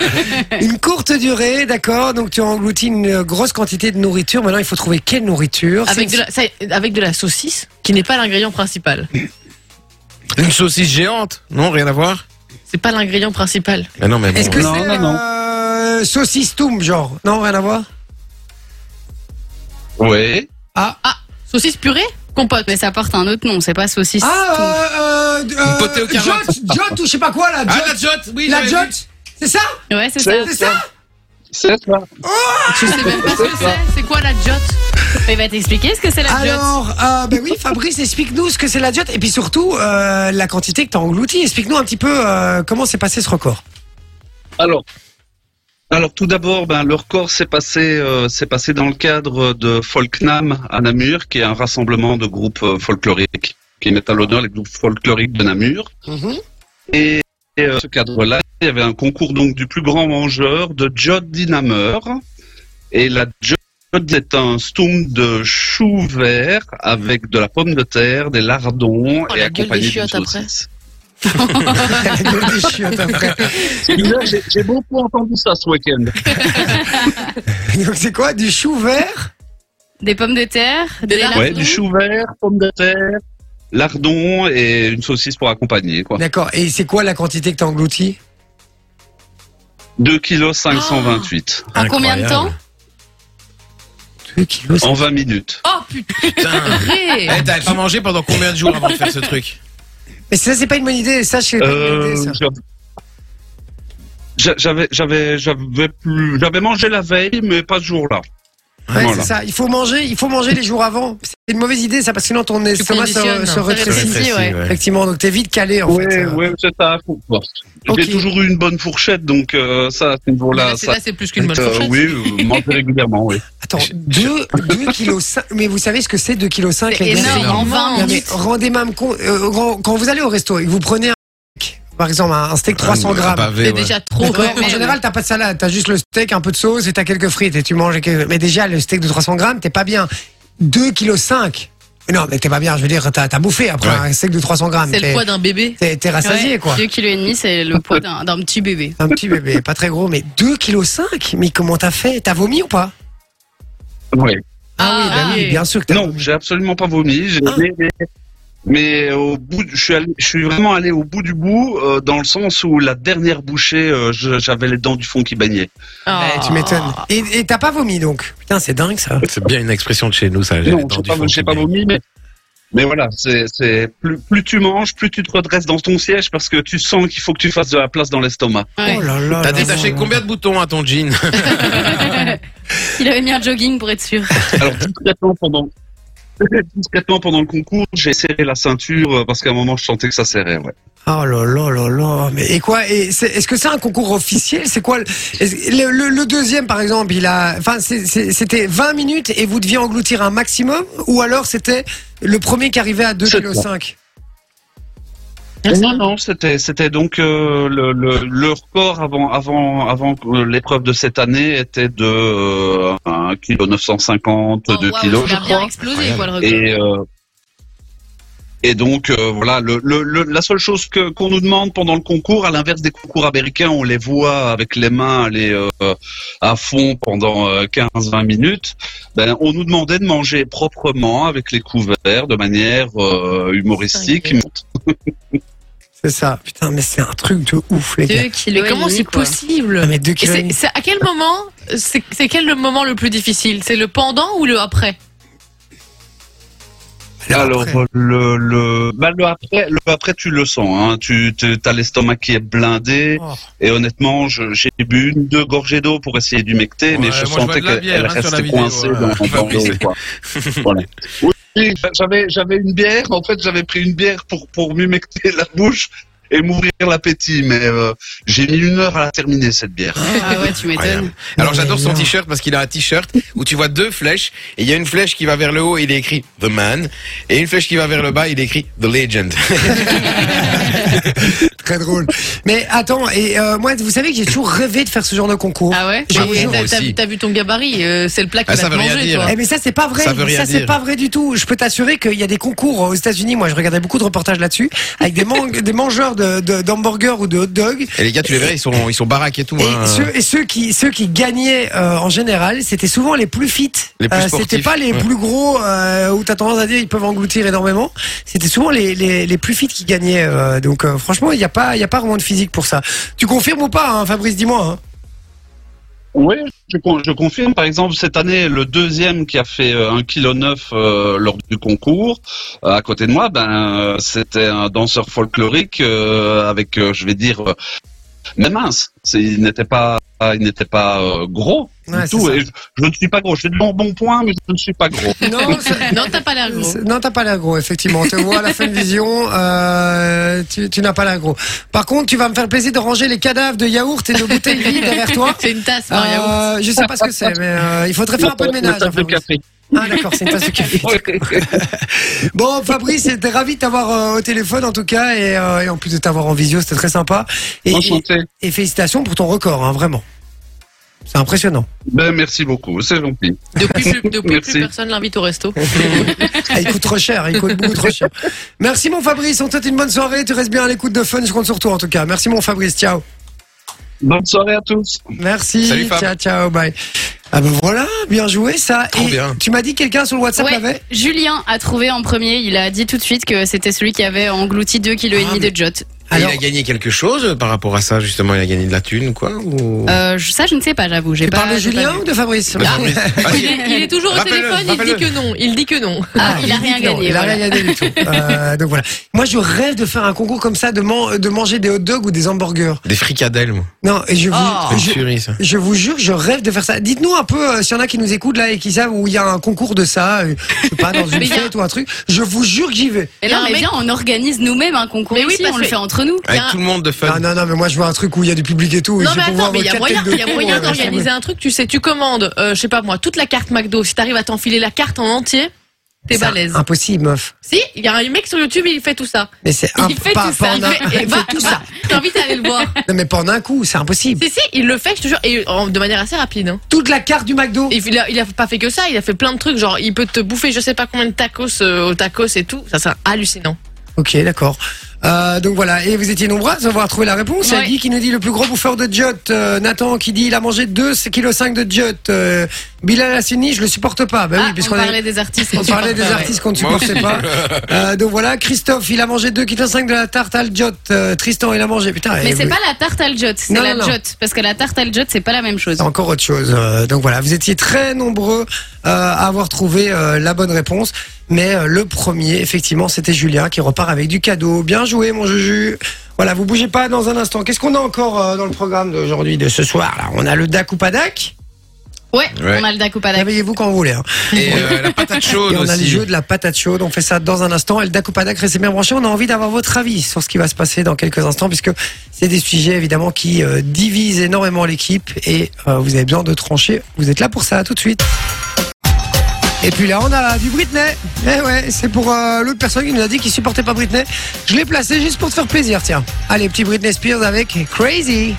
Speaker 1: Une courte durée, d'accord. Donc tu as englouti une grosse quantité de nourriture. Maintenant, il faut trouver quelle nourriture.
Speaker 4: avec
Speaker 1: C'est-
Speaker 4: de, la, ça- avec de la saucisse, qui n'est pas l'ingrédient principal.
Speaker 3: Une saucisse géante Non, rien à voir
Speaker 4: C'est pas l'ingrédient principal.
Speaker 3: Mais non, mais bon.
Speaker 1: Est-ce que
Speaker 9: Non,
Speaker 1: c'est
Speaker 9: non, non.
Speaker 1: euh, saucisse toum, genre Non, rien à voir.
Speaker 9: Oui.
Speaker 4: Saucisse purée Compote.
Speaker 2: Mais ça porte un autre nom, c'est pas saucisse. tout.
Speaker 1: Ah, euh, euh, euh,
Speaker 3: Une potée aux carottes.
Speaker 1: Jot, Jot ou je sais pas quoi là.
Speaker 3: Ah,
Speaker 1: Jot.
Speaker 3: la jotte Oui,
Speaker 1: la
Speaker 3: j'avais
Speaker 1: Jot,
Speaker 3: vu.
Speaker 1: c'est ça
Speaker 2: Ouais, c'est ça.
Speaker 1: C'est ça
Speaker 9: C'est ça.
Speaker 4: Je sais même pas ce que c'est. C'est quoi la jotte
Speaker 2: Il va t'expliquer ce que c'est la jotte.
Speaker 1: Alors, euh, ben oui, Fabrice, explique-nous ce que c'est la Jot et puis surtout euh, la quantité que t'as engloutie. Explique-nous un petit peu euh, comment s'est passé ce record.
Speaker 9: Alors, alors tout d'abord, ben, le record s'est passé, euh, s'est passé dans le cadre de Folknam à Namur, qui est un rassemblement de groupes euh, folkloriques qui met à l'honneur les groupes folkloriques de Namur.
Speaker 4: Mhm.
Speaker 9: Et, et, euh, ce cadre-là, il y avait un concours donc du plus grand mangeur de Jod Dinameur. Et la Jod est un stoum de chou vert avec de la pomme de terre, des lardons
Speaker 4: Oh,
Speaker 9: et
Speaker 4: la gueule des
Speaker 9: accompagné d'une
Speaker 4: chiottes après.
Speaker 9: saucisse.
Speaker 1: La gueule des chiottes, hein, après.
Speaker 9: Celui-là, j'ai- J'ai beaucoup entendu ça ce week-end.
Speaker 1: Donc c'est quoi Du chou vert
Speaker 2: Des pommes de terre, des lardons.
Speaker 9: Ouais, du chou vert, pommes de terre, lardon et une saucisse pour accompagner, quoi.
Speaker 1: D'accord. Et c'est quoi la quantité que t'as engloutie
Speaker 9: 2 kg 528
Speaker 2: En combien de temps
Speaker 1: 2 kilos.
Speaker 9: en 20 minutes.
Speaker 4: Oh putain
Speaker 3: Putain Eh, T'avais pas mangé pendant combien de jours avant de faire ce truc
Speaker 1: Mais ça, c'est pas une bonne idée. Ça, c'est pas une bonne
Speaker 9: Euh,
Speaker 1: idée, ça.
Speaker 9: j'a- j'avais, j'avais, j'avais plus, j'avais mangé la veille, mais pas ce jour-là.
Speaker 1: Ouais,
Speaker 9: voilà.
Speaker 1: c'est ça. Il faut manger, il faut manger les jours avant. C'est une mauvaise idée, ça, parce que sinon ton estomac se,
Speaker 4: conditionnes,
Speaker 1: se
Speaker 4: ça
Speaker 1: rétrécit.
Speaker 2: rétrécit. Si, ouais.
Speaker 1: Effectivement, donc t'es vite calé en
Speaker 9: ouais,
Speaker 1: fait. euh.
Speaker 9: ouais, c'est ça. faut- bon.
Speaker 1: Ok.
Speaker 9: J'ai toujours eu une bonne fourchette, donc euh, ça, à ce niveau-là,
Speaker 4: Là, c'est-
Speaker 9: ça.
Speaker 4: là, c'est plus qu'une bonne
Speaker 9: euh,
Speaker 4: fourchette.
Speaker 9: oui, euh, manger régulièrement, oui.
Speaker 1: Attends, 2 kg mais vous savez ce que c'est 2 kg
Speaker 2: C'est énorme, en
Speaker 3: énorme.
Speaker 2: 20
Speaker 1: Non, mais oh,
Speaker 2: minutes.
Speaker 1: rendez même compte, euh, grand- quand vous allez au resto et que vous prenez un steak, par exemple un un steak 300
Speaker 3: Un
Speaker 1: grammes,
Speaker 3: pavé,
Speaker 4: C'est
Speaker 3: ouais.
Speaker 4: déjà trop.
Speaker 1: d'accord,
Speaker 4: quand
Speaker 1: en
Speaker 4: même.
Speaker 1: général t'as pas de salade, t'as juste le steak, un peu de sauce et t'as quelques frites et tu manges. et que- Mais déjà le steak de 300 grammes, t'es pas bien. 2 kg non mais t'es pas bien, je veux dire, t'as t'as bouffé après
Speaker 3: Ouais.
Speaker 1: un steak de 300 grammes.
Speaker 4: C'est le
Speaker 1: T'es-
Speaker 4: poids d'un bébé.
Speaker 1: T'es t'es rassasié quoi.
Speaker 2: 2,5 kg, c'est le poids d'un d'un petit bébé.
Speaker 1: Un petit bébé, pas très gros, mais 2 kg mais comment t'as fait T'as vomi ou pas
Speaker 9: Ouais.
Speaker 1: Ah, oui, bah oui, bien sûr que t'as
Speaker 9: Non, j'ai absolument pas vomi. j'ai-
Speaker 1: Ah.
Speaker 9: Mais, mais- mais au bout, je suis, allé- je suis vraiment allé au bout du bout, euh, dans le sens où la dernière bouchée, euh, je- j'avais les dents du fond qui baignaient.
Speaker 2: Oh.
Speaker 1: Eh, tu m'étonnes. Et et t'as pas vomi donc Putain, c'est dingue ça.
Speaker 3: C'est bien une expression de chez nous, ça. j'ai
Speaker 9: Non,
Speaker 3: les dents
Speaker 9: j'ai
Speaker 3: du
Speaker 9: pas,
Speaker 3: fond
Speaker 9: j'ai
Speaker 3: qui
Speaker 9: pas
Speaker 3: baignent.
Speaker 9: vomi, mais. Mais voilà, c'est c'est- plus, plus tu manges, plus tu te redresses dans ton siège parce que tu sens qu'il faut que tu fasses de la place dans l'estomac.
Speaker 2: Ouais.
Speaker 1: Oh là là. là là
Speaker 3: T'as détaché
Speaker 1: là.
Speaker 3: combien de boutons à ton jean
Speaker 2: Il avait mis un jogging pour être sûr.
Speaker 9: Alors discrètement pendant discrètement pendant le concours, j'ai serré la ceinture euh, parce qu'à un moment je sentais que ça serrait. Ouais.
Speaker 1: Oh là là là là. Mais et quoi et c'est- Est-ce que c'est un concours officiel C'est quoi le, est-ce- le, le- le deuxième par exemple Il a, enfin, c'est- c'est- c'était 20 minutes et vous deviez engloutir un maximum, ou alors c'était le premier qui arrivait à 2,5
Speaker 9: C'est
Speaker 1: kg.
Speaker 9: ça.
Speaker 2: Ah,
Speaker 9: Non, non, c'était c'était donc euh, le, le, le record avant avant avant euh, l'épreuve de cette année était de euh, 1 kg 950 2
Speaker 2: Oh, waouh,
Speaker 9: kilos
Speaker 2: il
Speaker 9: je
Speaker 2: a bien
Speaker 9: crois
Speaker 2: explosé, quoi, le record.
Speaker 9: et euh, et donc euh, voilà le, le, le- la seule chose que qu'on nous demande pendant le concours à l'inverse des concours américains on les voit avec les mains aller euh, à fond pendant 15-20 minutes ben on nous demandait de manger proprement avec les couverts de manière euh, humoristique
Speaker 1: C'est ça. Putain, mais c'est un truc de ouf les gars.
Speaker 2: 2 kg.
Speaker 4: Mais comment c'est
Speaker 1: Non,
Speaker 4: possible
Speaker 1: mais 2
Speaker 4: Et
Speaker 1: kilos.
Speaker 4: c'est c'est à quel moment C'est c'est quel le moment le plus difficile C'est le pendant ou le après
Speaker 9: Alors, euh, le, le, bah, le après, le après, tu le sens. Hein. Tu as l'estomac qui est blindé.
Speaker 1: Oh.
Speaker 9: Et honnêtement, je- j'ai bu une, deux gorgées d'eau pour essayer
Speaker 10: Ouais,
Speaker 9: d'humecter, mais
Speaker 10: moi,
Speaker 9: je
Speaker 10: je vois
Speaker 9: sentais
Speaker 10: de la
Speaker 9: qu'elle
Speaker 10: bière,
Speaker 9: elle
Speaker 10: hein, sur la
Speaker 9: restait
Speaker 10: vidéo,
Speaker 9: coincée
Speaker 10: là.
Speaker 9: dans,
Speaker 10: Je vois
Speaker 9: dans l'eau.
Speaker 10: bien.
Speaker 9: quoi. Voilà. Oui, j'avais j'avais une bière. En fait, j'avais pris une bière pour pour m'humecter la bouche et m'ouvrir l'appétit, mais euh, j'ai mis une heure à la terminer cette bière.
Speaker 2: Ah ouais, tu m'étonnes.
Speaker 3: Incroyable. Alors
Speaker 1: Mais
Speaker 3: j'adore son
Speaker 1: non.
Speaker 3: t-shirt parce qu'il a un t-shirt où tu vois deux flèches et il y a une flèche qui va vers le haut et il est écrit The Man et une flèche qui va vers le bas il est écrit The Legend.
Speaker 1: Très drôle. Mais attends, et euh, moi, vous savez que j'ai toujours rêvé de faire ce genre de concours.
Speaker 4: Ah ouais
Speaker 3: Je
Speaker 4: Mais
Speaker 3: vous jure
Speaker 4: t'as-
Speaker 3: aussi.
Speaker 4: t'as- T'as vu ton gabarit euh, C'est le plat qui
Speaker 3: Ah,
Speaker 4: va
Speaker 3: ça
Speaker 4: te
Speaker 3: veut rien
Speaker 4: manger,
Speaker 3: dire.
Speaker 4: toi.
Speaker 1: Eh mais ça c'est pas vrai,
Speaker 3: Ça veut rien
Speaker 1: c'est
Speaker 3: dire.
Speaker 1: pas vrai du tout. Je peux t'assurer qu'il y a des concours aux États-Unis. Moi, je regardais beaucoup de reportages là-dessus avec des, man- des mangeurs de de- d'hamburgers ou de hot dogs.
Speaker 3: Et les gars tu les verras ils sont ils sont baraques et tout.
Speaker 1: Et
Speaker 3: hein.
Speaker 1: ceux, et ceux qui ceux qui gagnaient euh, en général, c'était souvent les plus fit. Euh,
Speaker 3: Les plus sportifs,
Speaker 1: c'était pas les
Speaker 3: ouais.
Speaker 1: plus gros euh, où t'as tendance à dire ils peuvent engloutir énormément. C'était souvent les, les, les plus fit qui gagnaient. euh, donc euh, franchement, il y a pas il y a pas vraiment de physique pour ça. Tu confirmes ou pas, hein, Fabrice Dis-moi. hein.
Speaker 9: Oui, je, con- je confirme. Par exemple, cette année, le deuxième qui a fait euh, 1,9 kg euh, lors du concours, euh, à côté de moi, ben, euh, c'était un danseur folklorique euh, avec, euh, je vais dire, euh, mais mince. C'est- Il n'était pas, il n'était pas euh, gros du
Speaker 1: Ouais, c'est
Speaker 9: tout.
Speaker 1: ça.
Speaker 9: Et je, je ne suis pas gros. J'ai de bons bons points, mais je ne suis pas gros.
Speaker 1: Non, ça-
Speaker 4: Non, t'as pas l'air gros.
Speaker 1: Non, t'as pas l'agro, effectivement. On te voit à la fin de vision, euh, tu, tu n'as pas l'agro. Par contre, tu vas me faire le plaisir de ranger les cadavres de yaourt et de bouteilles vides derrière toi.
Speaker 4: C'est une tasse, par yaourt.
Speaker 1: Euh, je sais pas ce que c'est, mais euh, il faudrait faire un peu de ménage. hein,
Speaker 9: Le
Speaker 1: Fabrice.
Speaker 9: café.
Speaker 1: Ah d'accord, c'est une tasse de café. Bon, Fabrice, c'était ravi de t'avoir euh, au téléphone en tout cas, et, euh, et en plus de t'avoir en visio, c'était très sympa. Et, et,
Speaker 9: Enchanté.
Speaker 1: et félicitations pour ton record, hein, vraiment. C'est impressionnant.
Speaker 9: Ben, merci beaucoup. C'est gentil.
Speaker 4: Depuis, plus- depuis plus
Speaker 9: Merci.
Speaker 4: personne l'invite au resto.
Speaker 1: Ah, il coûte trop cher, il coûte beaucoup trop cher. Merci mon Fabrice, on te souhaite une bonne soirée, tu restes bien à l'écoute de Fun, je compte sur toi en tout cas. Merci mon Fabrice, ciao.
Speaker 9: Bonne soirée à tous.
Speaker 1: Merci.
Speaker 3: Salut, Fab.
Speaker 1: ciao, ciao, bye. Ah ben voilà, bien joué ça.
Speaker 3: Trop
Speaker 1: Et
Speaker 3: bien.
Speaker 1: Tu m'as dit quelqu'un sur le WhatsApp
Speaker 2: Ouais,
Speaker 1: l'avait
Speaker 2: Julien a trouvé en premier, il a dit tout de suite que c'était celui qui avait englouti 2,5 kg
Speaker 1: Ah, mais-
Speaker 2: de jot.
Speaker 3: Et
Speaker 1: Alors,
Speaker 3: il a gagné quelque chose par rapport à ça justement il a gagné de la thune quoi ou...
Speaker 2: Euh, je- ça je ne sais pas, j'avoue, j'ai
Speaker 1: tu
Speaker 2: pas
Speaker 1: parles de
Speaker 2: j'ai pas
Speaker 1: Julien
Speaker 2: vu.
Speaker 1: ou de Fabrice
Speaker 3: Ah, oui.
Speaker 4: Il
Speaker 3: Vas-y.
Speaker 4: est, il est toujours au
Speaker 3: Rappelle-le,
Speaker 4: téléphone, il dit
Speaker 3: rappelle-le.
Speaker 4: que non. Il dit que non.
Speaker 2: Ah, il a rien
Speaker 1: Non,
Speaker 2: gagné.
Speaker 1: il a
Speaker 2: voilà.
Speaker 1: rien gagné du tout. Euh, donc voilà. Moi, je rêve de faire un concours comme ça, de, man- de manger des hot dogs ou des hamburgers.
Speaker 3: Des fricadelles moi.
Speaker 1: Non, et je vous,
Speaker 4: Oh.
Speaker 3: C'est une
Speaker 1: Ah, je,
Speaker 3: tuerie, ça.
Speaker 1: je vous jure, je rêve de faire ça. Dites-nous un peu euh, s'il y en a qui nous écoutent là et qui savent où il y a un concours de ça, euh, je sais pas dans une
Speaker 4: Mais il y a-
Speaker 1: fête ou un truc. Je vous jure que j'y vais.
Speaker 4: Et
Speaker 2: Non,
Speaker 4: là, un
Speaker 2: mais
Speaker 4: mec,
Speaker 2: bien, on organise nous-mêmes un concours
Speaker 4: Mais oui,
Speaker 2: ici,
Speaker 4: parce
Speaker 2: on le
Speaker 4: que-
Speaker 2: fait entre nous.
Speaker 3: Avec
Speaker 4: y a-
Speaker 3: tout le monde de
Speaker 1: Non,
Speaker 3: fun.
Speaker 1: Ah, non, non, mais moi je vois un truc où il y a du public et tout. et
Speaker 4: Non
Speaker 1: je vais
Speaker 4: mais
Speaker 1: pouvoir
Speaker 4: attends, mais
Speaker 1: me
Speaker 4: il y a
Speaker 1: capter
Speaker 4: moyen,
Speaker 1: de
Speaker 4: il y a
Speaker 1: con,
Speaker 4: moyen
Speaker 1: euh,
Speaker 4: d'organiser un truc. Tu sais, tu commandes, euh, je sais pas moi, toute la carte McDo. Si t'arrives à t'enfiler la carte en entier, t'es
Speaker 1: c'est
Speaker 4: balèze.
Speaker 1: Impossible, meuf.
Speaker 4: Si, il y a un mec sur YouTube, il fait tout ça.
Speaker 1: Mais c'est
Speaker 4: Il
Speaker 1: un
Speaker 4: fait
Speaker 1: pas-
Speaker 4: tout ça.
Speaker 1: pas en
Speaker 4: Il
Speaker 1: un-
Speaker 4: fait, Bah. et
Speaker 1: il
Speaker 4: va-
Speaker 1: fait tout
Speaker 4: va-
Speaker 1: ça.
Speaker 4: Je t'invite à aller le voir.
Speaker 1: Non, mais pas en un coup, c'est impossible.
Speaker 4: Si si, il le fait, je te jure, et en- de manière assez rapide. hein.
Speaker 1: Toute la carte du McDo.
Speaker 4: Et Il a, il a pas fait que ça, il a fait plein de trucs, genre il peut te bouffer je sais pas combien de tacos euh, au tacos et tout, ça c'est hallucinant.
Speaker 1: Ok, d'accord. Euh, donc voilà, et vous étiez nombreux à avoir trouvé la réponse. Il y a
Speaker 2: Ouais.
Speaker 1: Guy qui nous dit le plus gros bouffeur de jot. euh, Nathan qui dit il a mangé 2,5 kg de jot. Euh, Bilal Hassini, je le supporte pas. Bah
Speaker 2: Ah,
Speaker 1: oui,
Speaker 2: on
Speaker 1: puisqu'on est-
Speaker 2: parlait des artistes.
Speaker 1: on parlait des
Speaker 2: Ouais.
Speaker 1: artistes qu'on ne
Speaker 3: Moi
Speaker 1: supportait
Speaker 3: aussi.
Speaker 1: pas. Euh, donc voilà, Christophe, il a mangé 2,5 kg de la tarte al jot. Euh, Tristan, il a mangé. Putain,
Speaker 2: Mais
Speaker 1: eh,
Speaker 2: c'est
Speaker 1: oui.
Speaker 2: pas la tarte al jot, c'est
Speaker 1: Non,
Speaker 2: la
Speaker 1: non, non.
Speaker 2: jot. Parce que la tarte al jot, c'est pas la même chose.
Speaker 1: C'est encore autre chose. Euh, donc voilà, vous étiez très nombreux euh, à avoir trouvé euh, la bonne réponse. Mais euh, le premier, effectivement, c'était Julien qui repart avec du cadeau. Bien joué, mon Juju. Voilà, vous bougez pas dans un instant. Qu'est-ce qu'on a encore euh, dans le programme d'aujourd'hui, de ce soir là On a le Dak ou pas Dak
Speaker 2: Ouais,
Speaker 3: Ouais.
Speaker 2: on a le Dakupadak.
Speaker 1: Réveillez-vous quand vous voulez. hein.
Speaker 3: Et euh, la patate chaude
Speaker 1: Et on a le
Speaker 3: aussi.
Speaker 1: jeu de la patate chaude. On fait ça dans un instant. Et le Dak ou pas Dak, restez bien branchés. On a envie d'avoir votre avis sur ce qui va se passer dans quelques instants, puisque c'est des sujets évidemment qui euh, divisent énormément l'équipe. Et euh, vous avez besoin de trancher. Vous êtes là pour ça. À tout de suite. Et puis là, on a du Britney. Eh ouais, c'est pour euh, l'autre personne qui nous a dit qu'il supportait pas Britney. Je l'ai placé juste pour te faire plaisir, tiens. Allez, petit Britney Spears avec Crazy.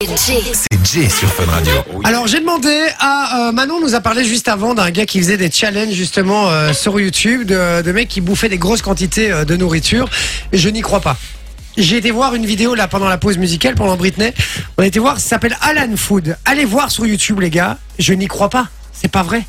Speaker 8: Et Jay.
Speaker 7: C'est Jay sur Fun Radio.
Speaker 1: Alors j'ai demandé à euh, Manon nous a parlé juste avant d'un gars qui faisait des challenges justement euh, sur YouTube de, de mecs qui bouffaient des grosses quantités euh, de nourriture. Et Je n'y crois pas. J'ai été voir une vidéo là pendant la pause musicale pendant Britney. On a été voir, ça s'appelle Alan Food. Allez voir sur YouTube les gars. Je n'y crois pas. C'est pas vrai.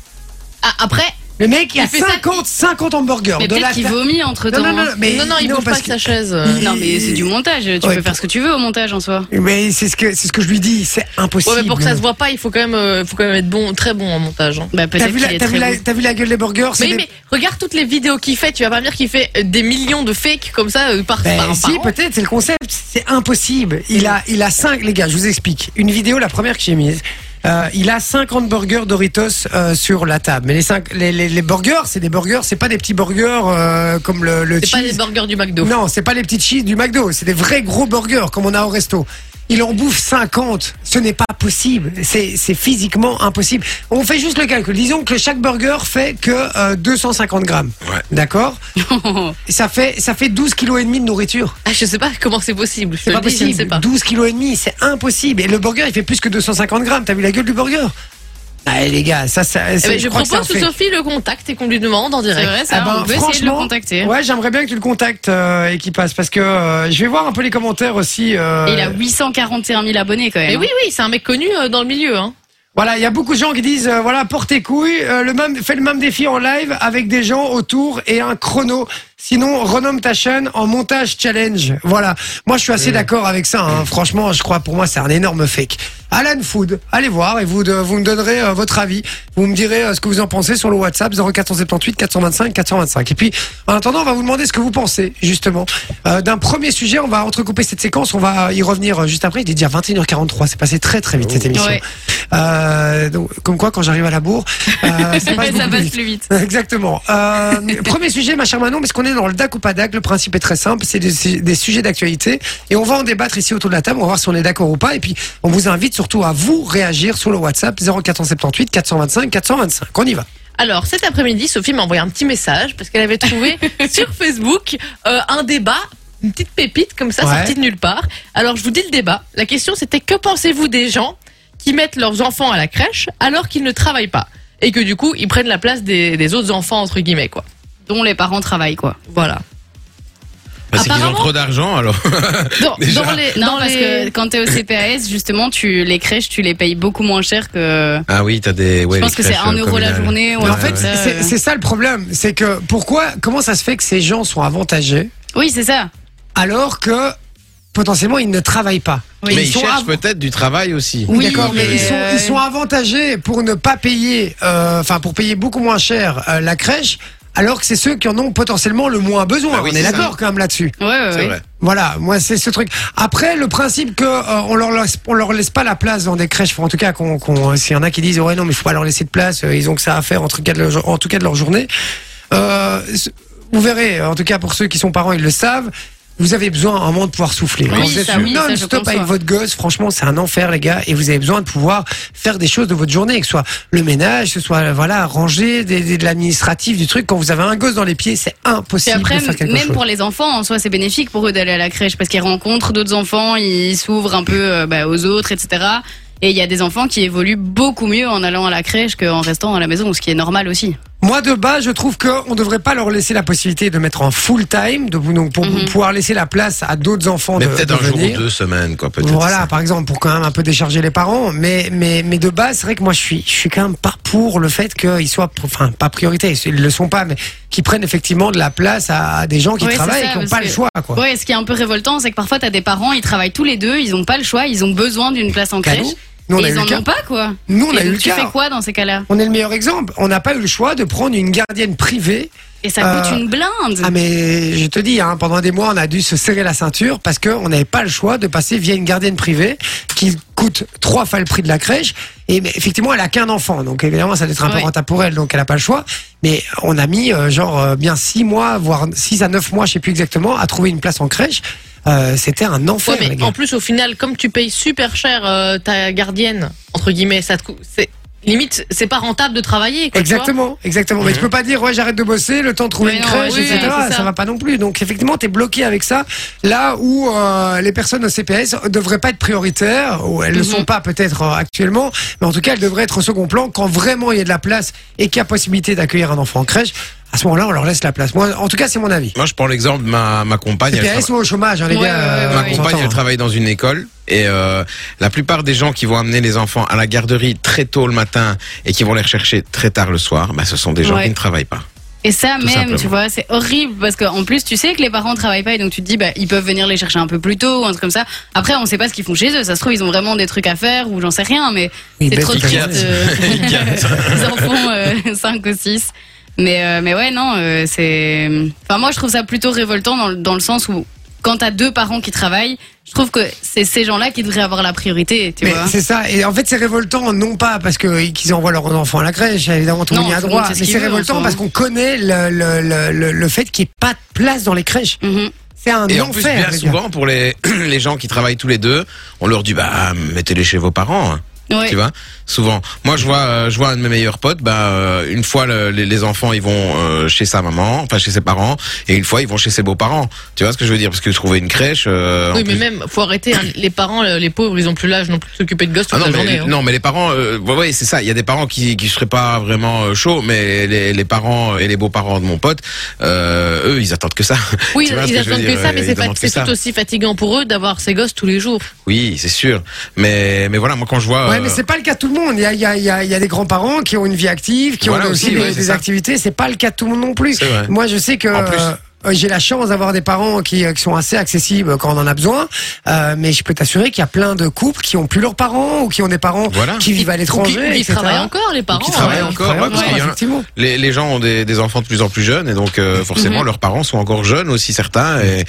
Speaker 4: Ah, après,
Speaker 1: Le mec, il a
Speaker 4: Il fait ça-
Speaker 1: 50, 50 hamburgers.
Speaker 2: Mais
Speaker 1: de la
Speaker 2: peut-être qu'il
Speaker 1: ta-
Speaker 2: vomit entre temps. hein.
Speaker 1: Non, non, non, mais
Speaker 4: non, non, il
Speaker 1: non,
Speaker 4: bouge pas
Speaker 1: parce
Speaker 4: de
Speaker 1: que-
Speaker 4: sa chaise.
Speaker 1: Il-
Speaker 2: Non, mais c'est du montage. Tu
Speaker 1: Ouais.
Speaker 2: peux faire ce que tu veux au montage en soi.
Speaker 1: Mais c'est ce que c'est ce que je lui dis, c'est impossible.
Speaker 4: Ouais, mais pour que ça se voit pas, il faut quand même, euh, faut quand même être bon, très bon en montage. hein.
Speaker 2: Bah,
Speaker 1: T'as
Speaker 2: peut-être
Speaker 1: vu,
Speaker 2: qu'il
Speaker 1: la,
Speaker 2: est
Speaker 1: t'as
Speaker 2: très
Speaker 1: vu la-
Speaker 2: bon.
Speaker 1: t'as vu la gueule des burgers c'est des-
Speaker 4: Mais, mais regarde toutes les vidéos qu'il fait. Tu vas pas me dire qu'il fait euh, des millions de fakes comme ça euh, par,
Speaker 1: Ben,
Speaker 4: par, par
Speaker 1: si,
Speaker 4: an.
Speaker 1: peut-être, c'est le concept. C'est impossible. Il a, il a cinq, les gars, je vous explique. Une vidéo, la première que j'ai mise. euh, il a 50 burgers Doritos euh, sur la table. Mais les, cinq, les, les, les burgers, c'est des burgers, c'est pas des petits burgers euh, comme le, le
Speaker 4: C'est pas les
Speaker 1: cheese.
Speaker 4: burgers du McDo.
Speaker 1: non, c'est pas les petits cheese du McDo, c'est des vrais gros burgers comme on a au resto. Il en bouffe 50, ce n'est pas possible, c'est c'est physiquement impossible. On fait juste le calcul, disons que chaque burger fait que euh, 250 grammes,
Speaker 3: Ouais.
Speaker 1: d'accord Et Ça fait ça fait 12 kilos et demi de nourriture.
Speaker 4: Ah, je sais pas comment c'est possible. Je
Speaker 1: C'est
Speaker 4: te
Speaker 1: pas
Speaker 4: le dis, je
Speaker 1: possible.
Speaker 4: ne sais pas.
Speaker 1: 12 kilos et demi, c'est impossible. Et le burger, il fait plus que 250 grammes. T'as vu la gueule du burger Allez les gars, ça, ça,
Speaker 4: Eh
Speaker 1: c'est-
Speaker 4: ben, je
Speaker 1: crois que c'est
Speaker 4: propose
Speaker 1: un
Speaker 4: que
Speaker 1: fait.
Speaker 4: Sophie le contacte et qu'on lui demande en
Speaker 2: C'est
Speaker 4: direct.
Speaker 2: vrai, ça.
Speaker 1: Ah ben,
Speaker 2: on peut essayer de le
Speaker 1: franchement,
Speaker 2: contacter.
Speaker 1: Ouais, j'aimerais bien que tu le contactes euh, et qu'il passe parce que euh, je vais voir un peu les commentaires aussi. euh,
Speaker 2: Et il a 841 000 abonnés quand même.
Speaker 4: Mais oui, oui, c'est un mec connu euh, dans le milieu. Hein.
Speaker 1: Voilà, il y a beaucoup de gens qui disent euh, voilà, porte tes couilles, euh, le même, fais le même défi en live avec des gens autour et un chrono. Sinon, renomme ta chaîne en montage challenge. Voilà. Moi, je suis assez d'accord avec ça. hein. Franchement, je crois pour moi, c'est un énorme fake. Alan Food, allez voir et vous, de- vous me donnerez euh, votre avis. Vous me direz euh, ce que vous en pensez sur le WhatsApp 0478 425 425. Et puis, en attendant, on va vous demander ce que vous pensez, justement. Euh, D'un premier sujet, on va entrecouper cette séquence. On va y revenir euh, juste après. Il est déjà 21h43. C'est passé très, très vite cette émission.
Speaker 2: Ouais.
Speaker 1: Euh, donc, comme quoi, quand j'arrive à la bourre, euh, ça passe
Speaker 2: ça
Speaker 1: beaucoup plus
Speaker 2: passe
Speaker 1: vite.
Speaker 2: plus vite.
Speaker 1: Exactement. Euh, premier sujet, ma chère Manon, parce qu'on est dans le DAC ou pas DAC, le principe est très simple, c'est des, des sujets d'actualité, et on va en débattre ici autour de la table, on va voir si on est d'accord ou pas, et puis on vous invite surtout à vous réagir sur le WhatsApp 0478 425 425. On y va.
Speaker 4: Alors, cet après-midi, Sophie m'a envoyé un petit message parce qu'elle avait trouvé sur Facebook euh, un débat, une petite pépite comme ça,
Speaker 1: Ouais.
Speaker 4: sortie de nulle part. Alors, je vous dis le débat. La question, c'était que pensez-vous des gens qui mettent leurs enfants à la crèche alors qu'ils ne travaillent pas et que du coup, ils prennent la place des, des autres enfants, entre guillemets, quoi.
Speaker 2: hein, Dont les parents travaillent quoi.
Speaker 4: Voilà.
Speaker 3: Parce qu'ils ont
Speaker 4: Apparemment-
Speaker 3: trop d'argent, alors.
Speaker 4: Dans,
Speaker 3: Déjà.
Speaker 4: dans les,
Speaker 2: Non,
Speaker 4: dans
Speaker 2: parce
Speaker 4: les-
Speaker 2: que quand t'es au CPAS, justement, tu les crèches, tu les payes beaucoup moins cher que.
Speaker 3: Ah oui, t'as des. Ouais,
Speaker 2: je pense
Speaker 3: les
Speaker 2: que c'est
Speaker 3: crèches,
Speaker 2: 1
Speaker 3: euh,
Speaker 2: euro la
Speaker 3: communales.
Speaker 2: journée. ou
Speaker 3: Ouais,
Speaker 2: un
Speaker 1: en
Speaker 2: truc
Speaker 1: fait,
Speaker 3: ouais.
Speaker 2: comme ça,
Speaker 1: c'est
Speaker 2: euh.
Speaker 1: c'est ça le problème, c'est que pourquoi, comment ça se fait que ces gens sont avantagés
Speaker 2: Oui, c'est ça.
Speaker 1: alors que potentiellement ils ne travaillent pas
Speaker 2: Oui,
Speaker 3: mais
Speaker 1: ils
Speaker 3: ils
Speaker 1: sont
Speaker 3: cherchent
Speaker 1: av-
Speaker 3: peut-être du travail aussi.
Speaker 1: Oui, d'accord, mais
Speaker 2: mais
Speaker 1: ils sont,
Speaker 2: euh,
Speaker 1: ils sont avantagés pour ne pas payer, euh, enfin pour payer beaucoup moins cher euh, la crèche, alors que c'est ceux qui en ont potentiellement le moins besoin.
Speaker 3: Bah oui,
Speaker 1: On est
Speaker 3: c'est ça.
Speaker 1: d'accord quand même là-dessus.
Speaker 2: Ouais, ouais,
Speaker 3: C'est
Speaker 2: ouais.
Speaker 3: vrai.
Speaker 1: Voilà, moi c'est ce truc. Après, le principe que euh, on leur laisse, on leur laisse pas la place dans des crèches, enfin, en tout cas, qu'on, qu'on- euh, s'il y en a qui disent ouais non mais faut pas leur laisser de place, euh, ils ont que ça à faire en tout cas de leur, jo- en tout cas de leur journée. Euh, c- vous verrez, en tout cas pour ceux qui sont parents, ils le savent. Vous avez besoin à un moment de pouvoir souffler.
Speaker 2: Oui,
Speaker 1: Quand vous
Speaker 2: ça,
Speaker 1: êtes
Speaker 2: oui, ça, je
Speaker 1: non-stop
Speaker 2: conçois.
Speaker 1: avec votre gosse, franchement, c'est un enfer, les gars, et vous avez besoin de pouvoir faire des choses de votre journée, que ce soit le ménage, que ce soit voilà ranger, des, des- de l'administratif, du truc. Quand vous avez un gosse dans les pieds, c'est
Speaker 2: Et
Speaker 1: impossible
Speaker 2: après,
Speaker 1: de faire quelque
Speaker 2: même
Speaker 1: chose.
Speaker 2: pour les enfants, en soi, c'est bénéfique pour eux d'aller à la crèche parce qu'ils rencontrent d'autres enfants, ils s'ouvrent un peu euh, bah, aux autres, etc. Et il y a des enfants qui évoluent beaucoup mieux en allant à la crèche qu'en restant à la maison, ce qui est normal aussi.
Speaker 1: Moi, de base, je trouve qu'on ne devrait pas leur laisser la possibilité de mettre en full time, de, donc pour
Speaker 2: Mhm.
Speaker 1: pouvoir laisser la place à d'autres enfants
Speaker 3: Mais
Speaker 1: de,
Speaker 3: peut-être
Speaker 1: de
Speaker 3: un jour ou
Speaker 1: venir.
Speaker 3: deux semaines, quoi, peut-être.
Speaker 1: Voilà,
Speaker 3: ça.
Speaker 1: par exemple, pour quand même un peu décharger les parents. Mais, mais, mais de base, c'est vrai que moi, je suis, je suis quand même pas pour le fait qu'ils soient, enfin, pas priorité, ils le sont pas, mais qu'ils prennent effectivement de la place à, à des gens qui
Speaker 2: Ouais, c'est
Speaker 1: travaillent
Speaker 2: ça,
Speaker 1: et qui n'ont
Speaker 2: parce
Speaker 1: pas le
Speaker 2: que-
Speaker 1: choix, quoi.
Speaker 2: Ouais, ce qui est un peu révoltant, c'est que parfois t'as des parents, ils travaillent tous les deux, ils ont pas le choix, ils ont besoin d'une place en
Speaker 1: Qu'à
Speaker 2: crèche.
Speaker 1: nous, nous, on
Speaker 2: et
Speaker 1: a eu
Speaker 2: ils
Speaker 1: le
Speaker 2: en
Speaker 1: cas.
Speaker 2: ont pas, quoi.
Speaker 1: Nous, on
Speaker 2: Et
Speaker 1: a eu
Speaker 2: donc,
Speaker 1: le
Speaker 2: tu
Speaker 1: cas.
Speaker 2: fais quoi dans ces cas-là
Speaker 1: On est le meilleur exemple. On n'a pas eu le choix de prendre une gardienne privée
Speaker 2: Et ça coûte
Speaker 1: Euh,
Speaker 2: une blinde.
Speaker 4: Mmh.
Speaker 1: Ah mais je te dis, hein, pendant des mois, on a dû se serrer la ceinture parce qu'on n'avait pas le choix de passer via une gardienne privée qui coûte trois fois le prix de la crèche. Et mais, effectivement, elle a qu'un enfant, donc évidemment, ça doit être un peu
Speaker 2: Ouais.
Speaker 1: rentable pour elle, donc elle n'a pas le choix. Mais on a mis euh, genre euh, bien six mois, voire six à neuf mois, je sais plus exactement, à trouver une place en crèche. Euh, C'était un enfer,
Speaker 4: Ouais, mais
Speaker 1: les gars.
Speaker 4: en plus, au final, comme tu payes super cher euh, ta gardienne, entre guillemets, ça te coûte. c'est- Limite, c'est pas rentable de travailler. Quoi, tu vois.
Speaker 1: Exactement, exactement. Mais tu peux pas dire ouais j'arrête de bosser, le temps de trouver
Speaker 2: Mais
Speaker 1: une
Speaker 2: non,
Speaker 1: crèche,
Speaker 2: oui,
Speaker 1: etc.
Speaker 2: oui,
Speaker 1: Ça.
Speaker 4: c'est ça.
Speaker 1: va pas non plus. Donc effectivement t'es bloqué avec ça. Là où euh, les personnes au CPS devraient pas être prioritaires, ou elles ne le
Speaker 2: Mhm.
Speaker 1: sont pas peut-être euh, actuellement, mais en tout cas elles devraient être au second plan quand vraiment il y a de la place et qu'il y a possibilité d'accueillir un enfant en crèche. à ce moment-là, on leur laisse la place. Moi, en tout cas, c'est mon avis.
Speaker 3: Moi, je prends l'exemple de ma, ma compagne.
Speaker 1: Puis,
Speaker 3: elle
Speaker 1: elles
Speaker 3: trava-
Speaker 1: sont au chômage, hein, les
Speaker 2: Ouais,
Speaker 1: gars.
Speaker 2: ouais,
Speaker 1: euh,
Speaker 2: ouais,
Speaker 3: Ma
Speaker 2: ouais.
Speaker 1: on
Speaker 3: compagne,
Speaker 1: s'entend,
Speaker 3: elle
Speaker 1: hein.
Speaker 3: travaille dans une école et euh, la plupart des gens qui vont amener les enfants à la garderie très tôt le matin et qui vont les rechercher très tard le soir, bah, ce sont des gens
Speaker 2: Ouais.
Speaker 3: qui ne travaillent pas.
Speaker 2: Et ça
Speaker 3: Tout
Speaker 2: même,
Speaker 3: simplement.
Speaker 2: tu vois, c'est horrible parce qu'en plus, tu sais que les parents travaillent pas et donc tu te dis, bah, ils peuvent venir les chercher un peu plus tôt ou un truc comme ça. Après, on sait pas ce qu'ils font chez eux. Ça se trouve, ils ont vraiment des trucs à faire ou j'en sais rien, mais
Speaker 1: Ils
Speaker 2: c'est
Speaker 1: baissent
Speaker 2: trop
Speaker 1: les
Speaker 2: triste.
Speaker 1: canettes.
Speaker 2: euh,
Speaker 3: Ils gâtent.
Speaker 2: ils en font 5 ou 6. Mais, euh, mais ouais, non, euh, c'est. Enfin, moi, je trouve ça plutôt révoltant dans, le- dans le sens où, quand t'as deux parents qui travaillent, je trouve que c'est ces gens-là qui devraient avoir la priorité, tu
Speaker 1: Mais
Speaker 2: vois.
Speaker 1: c'est ça. Et en fait, c'est révoltant, non pas parce que qu'ils envoient leurs enfants à la crèche, évidemment, tout le
Speaker 2: Non,
Speaker 1: monde y a
Speaker 2: tout le
Speaker 1: droit.
Speaker 2: monde fait ce
Speaker 1: Mais
Speaker 2: qu'il
Speaker 1: c'est
Speaker 2: veut, en
Speaker 1: révoltant
Speaker 2: soi.
Speaker 1: parce qu'on connaît le, le, le, le, le fait qu'il n'y ait pas de place dans les crèches.
Speaker 2: Mhm.
Speaker 1: C'est un
Speaker 3: Et
Speaker 1: enfer.
Speaker 3: en plus,
Speaker 1: les
Speaker 3: bien
Speaker 1: gars.
Speaker 3: souvent, pour les, les gens qui travaillent tous les deux, on leur dit, bah, mettez-les chez vos parents. hein.
Speaker 2: Ouais.
Speaker 3: Tu vois, souvent. Moi, je vois, euh, je vois un de mes meilleurs potes. Bah, euh, une fois le- les, les enfants, ils vont euh, chez sa maman, enfin chez ses parents, et une fois ils vont chez ses beaux-parents. Tu vois ce que je veux dire Parce que trouver une crèche. euh, en
Speaker 4: Oui,
Speaker 3: plus-
Speaker 4: mais même, faut arrêter. hein. Les parents, euh, les pauvres, ils ont plus l'âge non plus de s'occuper de gosses
Speaker 3: Ah
Speaker 4: toute
Speaker 3: non,
Speaker 4: la
Speaker 3: mais,
Speaker 4: journée. hein.
Speaker 3: non, mais les parents, euh, ouais, ouais, c'est ça. Il y a des parents qui qui seraient pas vraiment euh, chauds, mais les, les parents et les beaux-parents de mon pote, euh, eux, ils attendent que ça.
Speaker 4: Oui,
Speaker 3: Tu vois ce
Speaker 4: ils
Speaker 3: que je veux
Speaker 4: attendent que
Speaker 3: dire, euh,
Speaker 4: ça, mais
Speaker 3: ils
Speaker 4: c'est
Speaker 3: demandent
Speaker 4: fa-
Speaker 3: que
Speaker 4: c'est
Speaker 3: ça.
Speaker 4: tout aussi fatigant pour eux d'avoir ces gosses tous les jours.
Speaker 3: Oui, c'est sûr. Mais mais voilà, moi quand je vois.
Speaker 1: Ouais,
Speaker 3: euh,
Speaker 1: mais c'est pas le cas de tout le monde. Il y a, il y a, il y a, il y a des grands-parents qui ont une vie active, qui
Speaker 3: Voilà
Speaker 1: ont aussi,
Speaker 3: aussi,
Speaker 1: des,
Speaker 3: ouais, c'est
Speaker 1: des
Speaker 3: ça.
Speaker 1: activités. C'est pas le cas de tout le monde non plus.
Speaker 3: C'est vrai.
Speaker 1: Moi, je sais que
Speaker 3: En plus-
Speaker 1: euh, euh, j'ai la chance d'avoir des parents qui, euh, qui sont assez accessibles quand on en a besoin. Euh, mais je peux t'assurer qu'il y a plein de couples qui ont plus leurs parents ou qui ont des parents
Speaker 3: Voilà.
Speaker 1: qui vivent à
Speaker 4: Qui,
Speaker 1: l'étranger.
Speaker 4: qui
Speaker 1: etc.
Speaker 4: travaillent encore, les parents. hein.
Speaker 3: qui travaillent
Speaker 4: ouais.
Speaker 2: hein.
Speaker 3: encore. ouais, parce
Speaker 1: ouais,
Speaker 3: qu'il y a Oh, un-
Speaker 1: effectivement.
Speaker 3: Les, les gens ont des, des enfants de plus en plus jeunes et donc
Speaker 1: Mhm.
Speaker 3: euh, forcément leurs parents sont encore jeunes aussi certains et,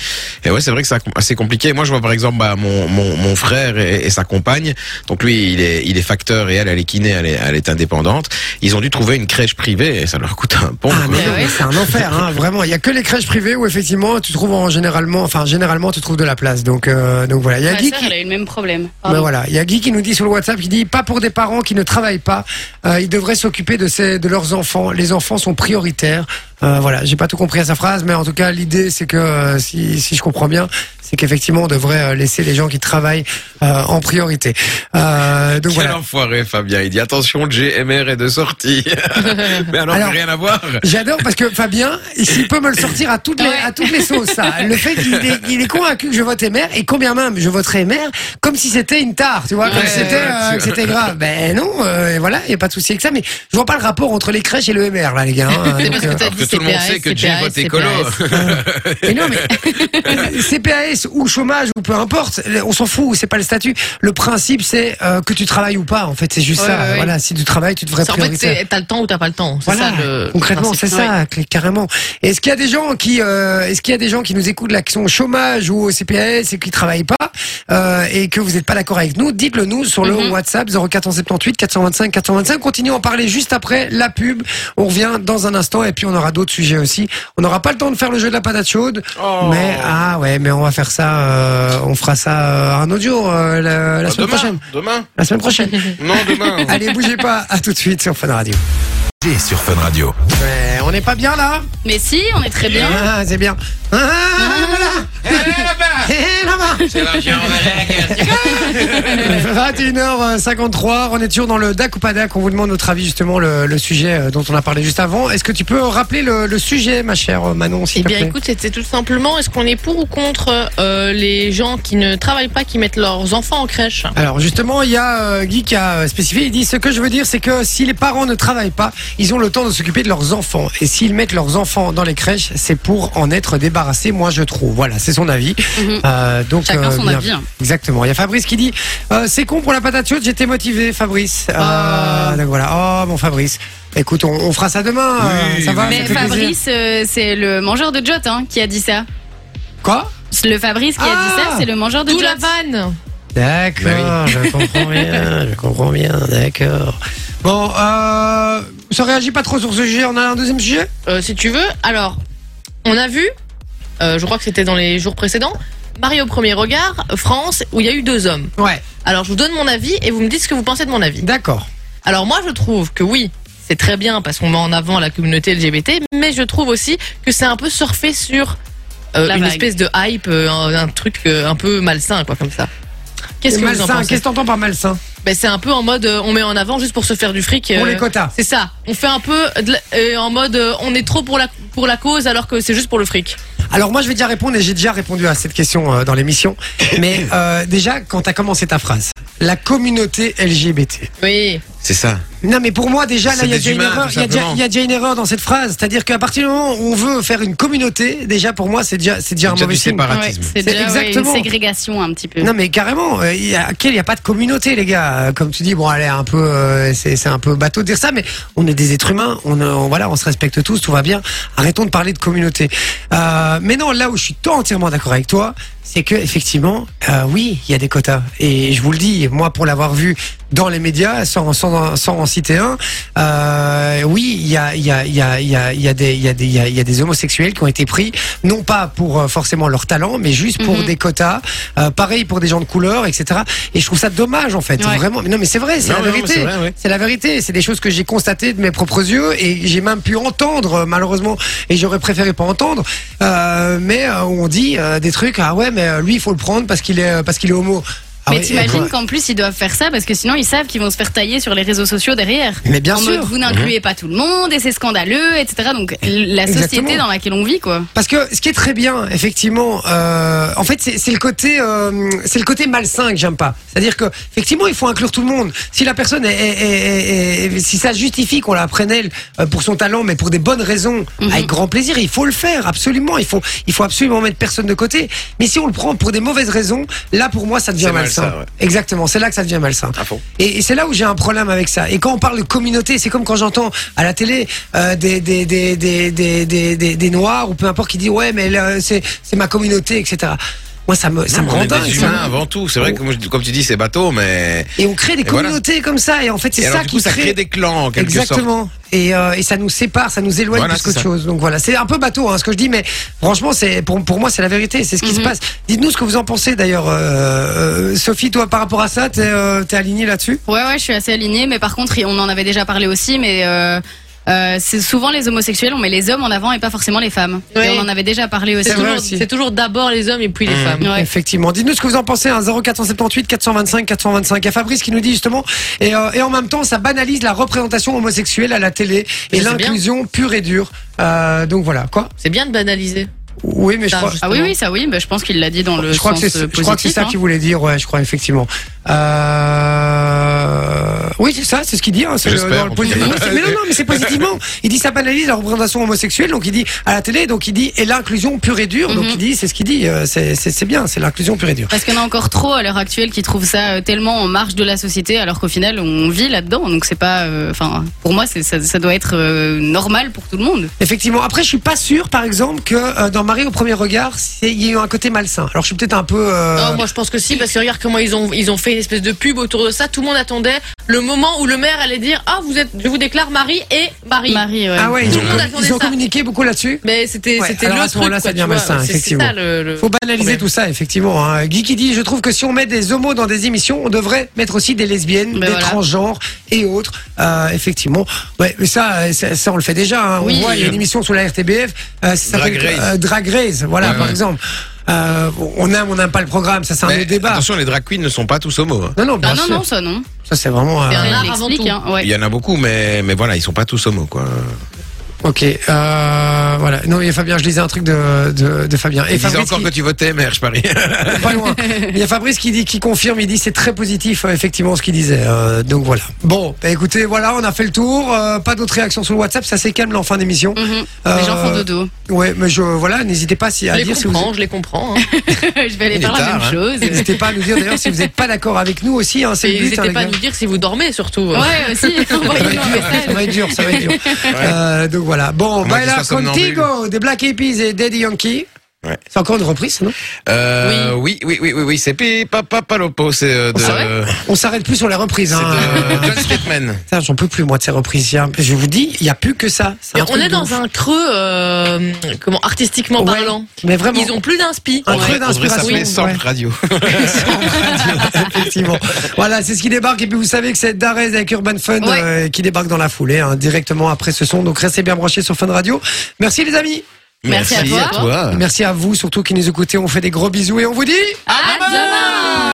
Speaker 3: et ouais c'est vrai que c'est ac- assez compliqué. Moi je vois par exemple bah, mon, mon, mon frère et, et sa compagne donc lui il est, il est facteur et elle elle est kiné elle est, elle est indépendante. Ils ont dû trouver une crèche privée et ça leur coûte un pont.
Speaker 1: Ah
Speaker 3: quoi.
Speaker 1: mais non,
Speaker 2: ouais.
Speaker 1: mais c'est un enfer, hein, vraiment. Il y a que les crèches privées où effectivement tu trouves en généralement, enfin généralement tu trouves de la place. Donc euh, donc voilà. Il y a
Speaker 2: Ma
Speaker 1: Guy
Speaker 2: sœur,
Speaker 1: qui-
Speaker 2: elle a eu le même problème.
Speaker 1: Ben
Speaker 2: Pardon.
Speaker 1: voilà, il y a Guy qui nous dit sur le WhatsApp qui dit pas pour des parents qui ne travaillent pas, euh, ils devraient s'occuper de ces de leurs enfants. Les enfants sont prioritaires. Euh, voilà, j'ai pas tout compris à sa phrase, mais en tout cas l'idée c'est que euh, si si je comprends bien, c'est qu'effectivement on devrait euh, laisser les gens qui travaillent euh, en priorité. Euh, donc
Speaker 3: Quel
Speaker 1: voilà.
Speaker 3: enfoiré Fabien il dit attention GMR est de sortie mais alors,
Speaker 1: Alors-
Speaker 3: rien à voir.
Speaker 1: J'adore parce que Fabien, s'il peut me le sortir à toutes les,
Speaker 2: Ouais.
Speaker 1: à toutes les sauces, ça. Le fait qu'il est, il est convaincu que je vote MR et combien même je voterai MR comme si c'était une tare, tu vois, comme
Speaker 3: Ouais,
Speaker 1: si c'était,
Speaker 3: ouais,
Speaker 1: euh,
Speaker 3: tu-
Speaker 1: que c'était grave. Ben non, euh, et voilà, il n'y a pas de souci avec ça, mais je vois pas le rapport entre les crèches et le MR, là, les gars. hein.
Speaker 4: C'est
Speaker 1: Donc,
Speaker 4: parce que
Speaker 1: euh,
Speaker 4: t'as
Speaker 3: alors
Speaker 4: dit
Speaker 3: que tout le monde
Speaker 4: CPAS,
Speaker 3: sait que Jay vote
Speaker 4: CPAS.
Speaker 3: écolo.
Speaker 1: mais non, mais CPAS ou chômage ou peu importe, on s'en fout, c'est pas le statut. Le principe, c'est euh, que tu travailles ou pas, en fait, c'est juste
Speaker 4: Ouais,
Speaker 1: ça.
Speaker 4: ouais, ouais.
Speaker 1: Voilà, si tu travailles, tu devrais
Speaker 4: C'est- En fait,
Speaker 1: prioritaire.
Speaker 4: c'est- t'as le temps ou t'as pas le temps. Euh, C'est
Speaker 1: Voilà,
Speaker 4: ça le.
Speaker 1: concrètement, c'est
Speaker 4: principe.
Speaker 1: ça, cl- carrément. Est-ce qu'il y a des gens qui, euh, est-ce qu'il y a des gens qui nous écoutent là, qui sont au chômage ou au CPS et qui travaillent pas euh, et que vous n'êtes pas d'accord avec nous Dites-le nous sur le
Speaker 2: Mhm.
Speaker 1: WhatsApp 0478 425 425. Continuons à en parler juste après la pub. On revient dans un instant et puis on aura d'autres sujets aussi. On n'aura pas le temps de faire le jeu de la patate chaude,
Speaker 3: Oh.
Speaker 1: mais ah ouais, mais on va faire ça. euh, on fera ça euh, un autre jour euh, la, la
Speaker 3: Bah,
Speaker 1: semaine
Speaker 3: demain,
Speaker 1: prochaine.
Speaker 3: demain
Speaker 1: La semaine prochaine.
Speaker 3: non demain.
Speaker 1: Allez, bougez pas. À tout de suite sur Fun Radio.
Speaker 7: Jay sur Fun Radio.
Speaker 1: Ouais, on n'est pas bien là.
Speaker 2: Mais si, on est très bien.
Speaker 1: Ah, c'est bien. Ah, voilà. Eh, là-bas. Ah.
Speaker 3: C'est l'argent, Valère.
Speaker 1: 21h53, on est toujours dans le DAC ou pas DAC. On vous demande notre avis, justement, le, le sujet euh, dont on a parlé juste avant. Est-ce que tu peux rappeler le, le sujet, ma chère euh, Manon, s'il
Speaker 4: Eh
Speaker 1: te
Speaker 4: bien,
Speaker 1: plaît
Speaker 4: écoute, c'était tout simplement est-ce qu'on est pour ou contre euh, les gens qui ne travaillent pas, qui mettent leurs enfants en crèche
Speaker 1: Alors, justement, il y a euh, Guy qui a euh, spécifié. Il dit Ce que je veux dire, c'est que si les parents ne travaillent pas, ils ont le temps de s'occuper de leurs enfants. Et s'ils mettent leurs enfants dans les crèches, c'est pour en être débarrassés, moi, je trouve. Voilà, c'est son avis.
Speaker 2: Mhm.
Speaker 1: Euh, donc,
Speaker 2: Chacun
Speaker 1: euh,
Speaker 2: son
Speaker 1: bien
Speaker 2: avis. hein.
Speaker 1: Exactement. Il y a Fabrice qui dit euh, c'est con pour la patate chaude, j'étais motivé, Fabrice. Euh,
Speaker 4: Ah.
Speaker 1: donc voilà. Oh mon Fabrice. Écoute, on, on fera ça demain. euh, ça va. ça
Speaker 2: Mais
Speaker 1: fait plaisir.
Speaker 2: Fabrice, euh, c'est le mangeur de Jot hein, qui a dit ça.
Speaker 1: Quoi
Speaker 2: C'est Le Fabrice qui a
Speaker 1: Ah
Speaker 2: dit ça, c'est le mangeur de
Speaker 4: D'où la
Speaker 2: Jot.
Speaker 4: vanne
Speaker 1: D'accord.
Speaker 3: Bah
Speaker 1: Je comprends bien. Je comprends bien. D'accord. Bon, euh, ça réagit pas trop sur ce sujet. On a un deuxième sujet.
Speaker 4: Euh, Si tu veux, alors, on a vu, euh, je crois que c'était dans les jours précédents, Marie au premier regard, France, où il y a eu deux hommes.
Speaker 1: Ouais.
Speaker 4: Alors, je vous donne mon avis et vous me dites ce que vous pensez de mon avis.
Speaker 1: D'accord.
Speaker 4: Alors moi, je trouve que oui, c'est très bien parce qu'on met en avant la communauté LGBT, mais je trouve aussi que c'est un peu surfé sur euh,
Speaker 2: La
Speaker 4: une
Speaker 2: vague.
Speaker 4: espèce de hype, euh, un, un truc euh, un peu malsain, quoi, comme ça. Qu'est-ce que vous en
Speaker 1: malsain.
Speaker 4: pensez
Speaker 1: Qu'est-ce que t'entends par malsain
Speaker 4: ben, c'est un peu en mode euh, on met en avant juste pour se faire du fric.
Speaker 1: Pour
Speaker 4: euh,
Speaker 1: les quotas.
Speaker 4: C'est ça. On fait un peu de la- euh, en mode euh, on est trop pour la pour la cause alors que c'est juste pour le fric.
Speaker 1: Alors moi je vais déjà répondre et j'ai déjà répondu à cette question euh, dans l'émission. Mais euh, déjà quand t'as commencé ta phrase, la communauté LGBT.
Speaker 4: Oui.
Speaker 3: C'est ça.
Speaker 1: Non mais pour moi déjà là
Speaker 3: C'est
Speaker 1: il y a
Speaker 3: des
Speaker 1: déjà une
Speaker 3: humains,
Speaker 1: erreur,
Speaker 3: tout
Speaker 1: il y a déjà-
Speaker 3: simplement.
Speaker 1: il y a déjà une erreur dans cette phrase. C'est-à-dire qu'à partir du moment où on veut faire une communauté, déjà pour moi c'est déjà c'est déjà un
Speaker 3: Déjà
Speaker 1: mauvais
Speaker 3: du
Speaker 1: signe.
Speaker 3: séparatisme.
Speaker 2: c'est déjà ouais,
Speaker 1: exactement.
Speaker 2: une ségrégation un petit peu.
Speaker 1: Non mais carrément, euh, il y a, quel, il y a pas de communauté les gars. Euh, Comme tu dis, bon allez un peu, euh, c'est c'est un peu bateau de dire ça, mais on est des êtres humains, on, euh, on- voilà, on se respecte tous, tout va bien. Arrêtons de parler de communauté. Euh, mais non, là où je suis entièrement d'accord avec toi, c'est que effectivement, euh, oui, il y a des quotas. Et je vous le dis, moi pour l'avoir vu dans les médias, sans sans sans en citer un, euh, oui, il y a il y a il y a il y a il y a des il y a des il y a- il y a des homosexuels qui ont été pris non pas pour euh, forcément leur talent, mais juste pour
Speaker 2: Mhm.
Speaker 1: des quotas. Euh, pareil pour des gens de couleur, etc. Et je trouve ça dommage en fait.
Speaker 2: Ouais.
Speaker 1: Vraiment. Mais non, mais c'est vrai, c'est
Speaker 3: Non,
Speaker 1: la
Speaker 3: mais non, mais
Speaker 1: vérité.
Speaker 3: c'est vrai, ouais.
Speaker 1: C'est la vérité. C'est des choses que j'ai constatées de mes propres yeux et j'ai même pu entendre euh, malheureusement. Et j'aurais préféré pas entendre. Euh, mais euh, on dit euh, des trucs. Ah ouais, mais euh, lui il faut le prendre parce qu'il est euh, parce qu'il est homo. Ah
Speaker 2: mais
Speaker 1: ouais,
Speaker 2: t'imagines
Speaker 1: ouais.
Speaker 2: qu'en plus ils doivent faire ça parce que sinon ils savent qu'ils vont se faire tailler sur les réseaux sociaux derrière.
Speaker 1: Mais bien
Speaker 2: en
Speaker 1: sûr.
Speaker 2: mode vous n'incluez pas tout le monde et c'est scandaleux, etc. Donc l- la société
Speaker 1: Exactement.
Speaker 2: dans laquelle on vit quoi.
Speaker 1: Parce que ce qui est très bien, effectivement, euh, en fait, c'est c'est le côté, euh, c'est le côté malsain que j'aime pas. C'est-à-dire que, effectivement, il faut inclure tout le monde. Si la personne est, est- est- est- est- si ça justifie qu'on la prenne elle euh, pour son talent, mais pour des bonnes raisons,
Speaker 2: Mhm.
Speaker 1: avec grand plaisir, il faut le faire absolument. Il faut, il faut absolument mettre personne de côté. Mais si on le prend pour des mauvaises raisons, là, pour moi, ça devient
Speaker 3: C'est
Speaker 1: malsain.
Speaker 3: malsain, ouais.
Speaker 1: Exactement. C'est là que ça devient malsain.
Speaker 3: À fond.
Speaker 1: Et, et c'est là où j'ai un problème avec ça. Et quand on parle de communauté, c'est comme quand j'entends à la télé euh, des, des, des, des, des, des, des- des noirs ou peu importe qui dit ouais mais là, c'est c'est ma communauté, etc. Moi ça me, ça me
Speaker 3: Non, on
Speaker 1: rend
Speaker 3: est
Speaker 1: dingue.
Speaker 3: des
Speaker 1: ça me-
Speaker 3: humains avant tout. C'est vrai que, moi, je- comme tu dis, c'est bateau, mais.
Speaker 1: Et on crée des
Speaker 3: voilà.
Speaker 1: communautés comme ça. Et en fait c'est
Speaker 3: Et
Speaker 1: ça
Speaker 3: alors, du coup,
Speaker 1: qui
Speaker 3: ça crée des clans, en quelque sorte.
Speaker 1: Exactement. Et, euh, et ça nous sépare, ça nous éloigne
Speaker 3: Voilà,
Speaker 1: plus
Speaker 3: c'est
Speaker 1: qu'autre
Speaker 3: ça.
Speaker 1: chose. Donc voilà, c'est un peu bateau hein, ce que je dis, mais franchement, c'est pour, pour moi, c'est la vérité, c'est ce qui
Speaker 2: Mhm.
Speaker 1: se passe. Dites-nous ce que vous en pensez d'ailleurs. Euh, euh, Sophie, toi, par rapport à ça, t'es euh, t'es alignée là-dessus
Speaker 2: Ouais, ouais, je suis assez alignée, mais par contre, on en avait déjà parlé aussi, mais euh, euh, c'est souvent les homosexuels, on met les hommes en avant et pas forcément les femmes.
Speaker 4: Oui.
Speaker 2: Et on en avait déjà parlé aussi.
Speaker 1: C'est
Speaker 4: C'est
Speaker 1: vrai
Speaker 4: toujours,
Speaker 1: aussi. Mmh.
Speaker 4: c'est toujours d'abord les hommes et puis les femmes.
Speaker 2: Ouais.
Speaker 1: Effectivement. Dites-nous ce que vous en pensez, hein, 0478 425 425. Il y a Fabrice qui nous dit justement, et, euh, et en même temps, ça banalise la représentation homosexuelle à la télé et
Speaker 4: Mais c'est bien.
Speaker 1: l'inclusion pure et dure. Euh, donc voilà, quoi.
Speaker 4: C'est bien de banaliser.
Speaker 1: Oui, mais je
Speaker 4: Ça,
Speaker 1: crois.
Speaker 4: juste-
Speaker 2: Ah oui, oui, ça oui, bah, je pense qu'il l'a dit dans le
Speaker 1: Je crois, que
Speaker 2: sens
Speaker 1: c'est,
Speaker 2: euh,
Speaker 1: je crois que c'est
Speaker 2: positif,
Speaker 1: ça
Speaker 2: hein.
Speaker 1: qu'il voulait dire, ouais, je crois, effectivement. Euh... Oui, c'est ça, c'est ce qu'il dit. Hein, c'est
Speaker 3: J'espère,
Speaker 1: dans le
Speaker 3: en
Speaker 1: posi-
Speaker 3: tout cas.
Speaker 1: Oui, c'est- mais non, non, mais c'est positivement. Il dit ça banalise la représentation homosexuelle, donc il dit à la télé, donc il dit et l'inclusion pure et dure, donc
Speaker 2: Mhm.
Speaker 1: il dit, c'est ce qu'il dit, euh, c'est, c'est, c'est bien, c'est l'inclusion pure et dure.
Speaker 2: Parce qu'il y en a encore trop à l'heure actuelle qui trouvent ça euh, tellement en marge de la société, alors qu'au final, on vit là-dedans. Donc c'est pas, euh, enfin, pour moi, c'est- ça, ça doit être euh, normal pour tout le monde.
Speaker 1: Effectivement. Après, je suis pas sûr, par exemple, que euh, dans Marie au premier regard, c'est- il y ait eu un côté malsain. Alors, je suis peut-être un peu. euh,
Speaker 4: Non, Oh, moi je pense que si, parce que regarde comment ils ont, ils ont fait une espèce de pub autour de ça. Tout le monde attendait le moment où le maire allait dire Ah, vous êtes, je vous déclare mari et mari.
Speaker 2: Marie, ouais.
Speaker 1: Ah ouais, ils ont,
Speaker 4: Tout le monde attendait
Speaker 1: ils ont
Speaker 4: ça.
Speaker 1: communiqué beaucoup là-dessus.
Speaker 4: Mais c'était
Speaker 1: Ouais,
Speaker 4: c'était
Speaker 1: alors
Speaker 4: le
Speaker 1: à ce moment-là,
Speaker 4: truc,
Speaker 1: ça
Speaker 4: quoi,
Speaker 1: devient
Speaker 4: tu vois.
Speaker 1: malsain,
Speaker 4: C'est- c'est
Speaker 1: effectivement.
Speaker 4: ça, le- le-
Speaker 1: Faut banaliser tout ça, effectivement. Hein. Guy qui dit, je trouve que si on met des homos dans des émissions, on devrait mettre aussi des lesbiennes,
Speaker 2: Ben
Speaker 1: des
Speaker 2: voilà.
Speaker 1: transgenres et autres. Euh, effectivement. Ouais, mais ça, euh, ça, ça, on le fait déjà. hein.
Speaker 2: Oui.
Speaker 1: On voit, il y a une émission sur la RTBF. Euh, ça
Speaker 3: Drag
Speaker 1: s'appelle,
Speaker 3: Race.
Speaker 1: euh, Drag Race, voilà,
Speaker 3: Ouais,
Speaker 1: par
Speaker 3: ouais.
Speaker 1: exemple. Euh, on aime, on n'aime pas le programme, ça c'est un
Speaker 3: Mais
Speaker 1: autre débat.
Speaker 3: Attention, les drag queens ne sont pas tous homos. hein.
Speaker 1: Non, non, bien
Speaker 2: Ah non,
Speaker 1: sûr.
Speaker 2: non, ça non.
Speaker 1: Ça c'est vraiment. euh,
Speaker 4: C'est un
Speaker 2: Elle
Speaker 4: art
Speaker 2: l'explique,
Speaker 4: avant
Speaker 2: hein, ouais.
Speaker 3: Il y en a beaucoup, mais, mais voilà, ils sont pas tous homos, quoi.
Speaker 1: Ok, euh, voilà. Non, il y a Fabien, je lisais un truc de, de, de Fabien. Et
Speaker 3: Ils disent
Speaker 1: Fabrice
Speaker 3: encore
Speaker 1: qui-
Speaker 3: que tu votais, mère, je parie.
Speaker 1: pas loin. Il y a Fabrice qui dit, qui confirme, il dit c'est très positif euh, effectivement ce qu'il disait. Euh, donc voilà. Bon, bah, écoutez, voilà, on a fait le tour. Euh, pas d'autres réactions sur le WhatsApp, ça s'est calme là en fin d'émission.
Speaker 2: Mhm.
Speaker 1: Euh,
Speaker 2: Les gens font dodo.
Speaker 1: Ouais, mais je voilà, n'hésitez pas si, à
Speaker 4: Je les
Speaker 1: dire si vous.
Speaker 4: comprends, je les comprends. hein.
Speaker 2: je vais aller
Speaker 3: Il
Speaker 2: faire la
Speaker 3: est tard,
Speaker 2: même
Speaker 3: hein.
Speaker 2: chose.
Speaker 1: N'hésitez pas à nous dire d'ailleurs si vous n'êtes pas d'accord avec nous aussi. Hein, c'est
Speaker 4: Et
Speaker 1: le but.
Speaker 4: N'hésitez
Speaker 1: hein, les
Speaker 4: pas à
Speaker 1: gars.
Speaker 4: nous dire si vous dormez surtout.
Speaker 2: Ouais, aussi.
Speaker 1: ça va être
Speaker 2: envoyez-nous un
Speaker 1: dur, ça va être dur, ça
Speaker 2: message.
Speaker 1: va être dur. Euh, donc voilà. Bon,
Speaker 3: À moins
Speaker 1: baila
Speaker 3: qu'il soit
Speaker 1: contigo des Black Eyed Peas et Daddy Yankee.
Speaker 3: Ouais.
Speaker 1: C'est encore une reprise, non
Speaker 3: Euh, oui, oui, oui, oui, oui, c'est Pipa Papalopo, c'est euh, de,
Speaker 2: Ah
Speaker 1: On s'arrête plus sur les reprises.
Speaker 3: c'est
Speaker 1: Hein.
Speaker 3: de John Skatman.
Speaker 1: Putain, j'en peux plus moi de ces reprises. hein. Je vous dis, il y a plus que ça. C'est un
Speaker 4: on
Speaker 1: truc
Speaker 4: est
Speaker 1: de ouf.
Speaker 4: dans un creux, euh, comment, artistiquement
Speaker 1: Ouais,
Speaker 4: parlant.
Speaker 1: Mais vraiment.
Speaker 4: Ils ont plus d'inspi.
Speaker 1: Un
Speaker 3: On
Speaker 1: creux
Speaker 3: devrait- on devrait
Speaker 1: d'inspiration,
Speaker 3: s'appeler Sample
Speaker 1: ouais.
Speaker 3: Radio.
Speaker 1: Effectivement. Voilà, c'est ce qui débarque. Et puis vous savez que c'est Darez avec Urban Fun
Speaker 2: Ouais.
Speaker 1: euh, qui débarque dans la foulée, hein, directement après ce son. Donc restez bien branchés sur Fun Radio. Merci les amis.
Speaker 2: Merci à
Speaker 3: Merci à
Speaker 2: toi.
Speaker 3: toi.
Speaker 1: Ah, Merci à vous surtout qui nous écoutez. On fait des gros bisous et on vous dit.
Speaker 2: À demain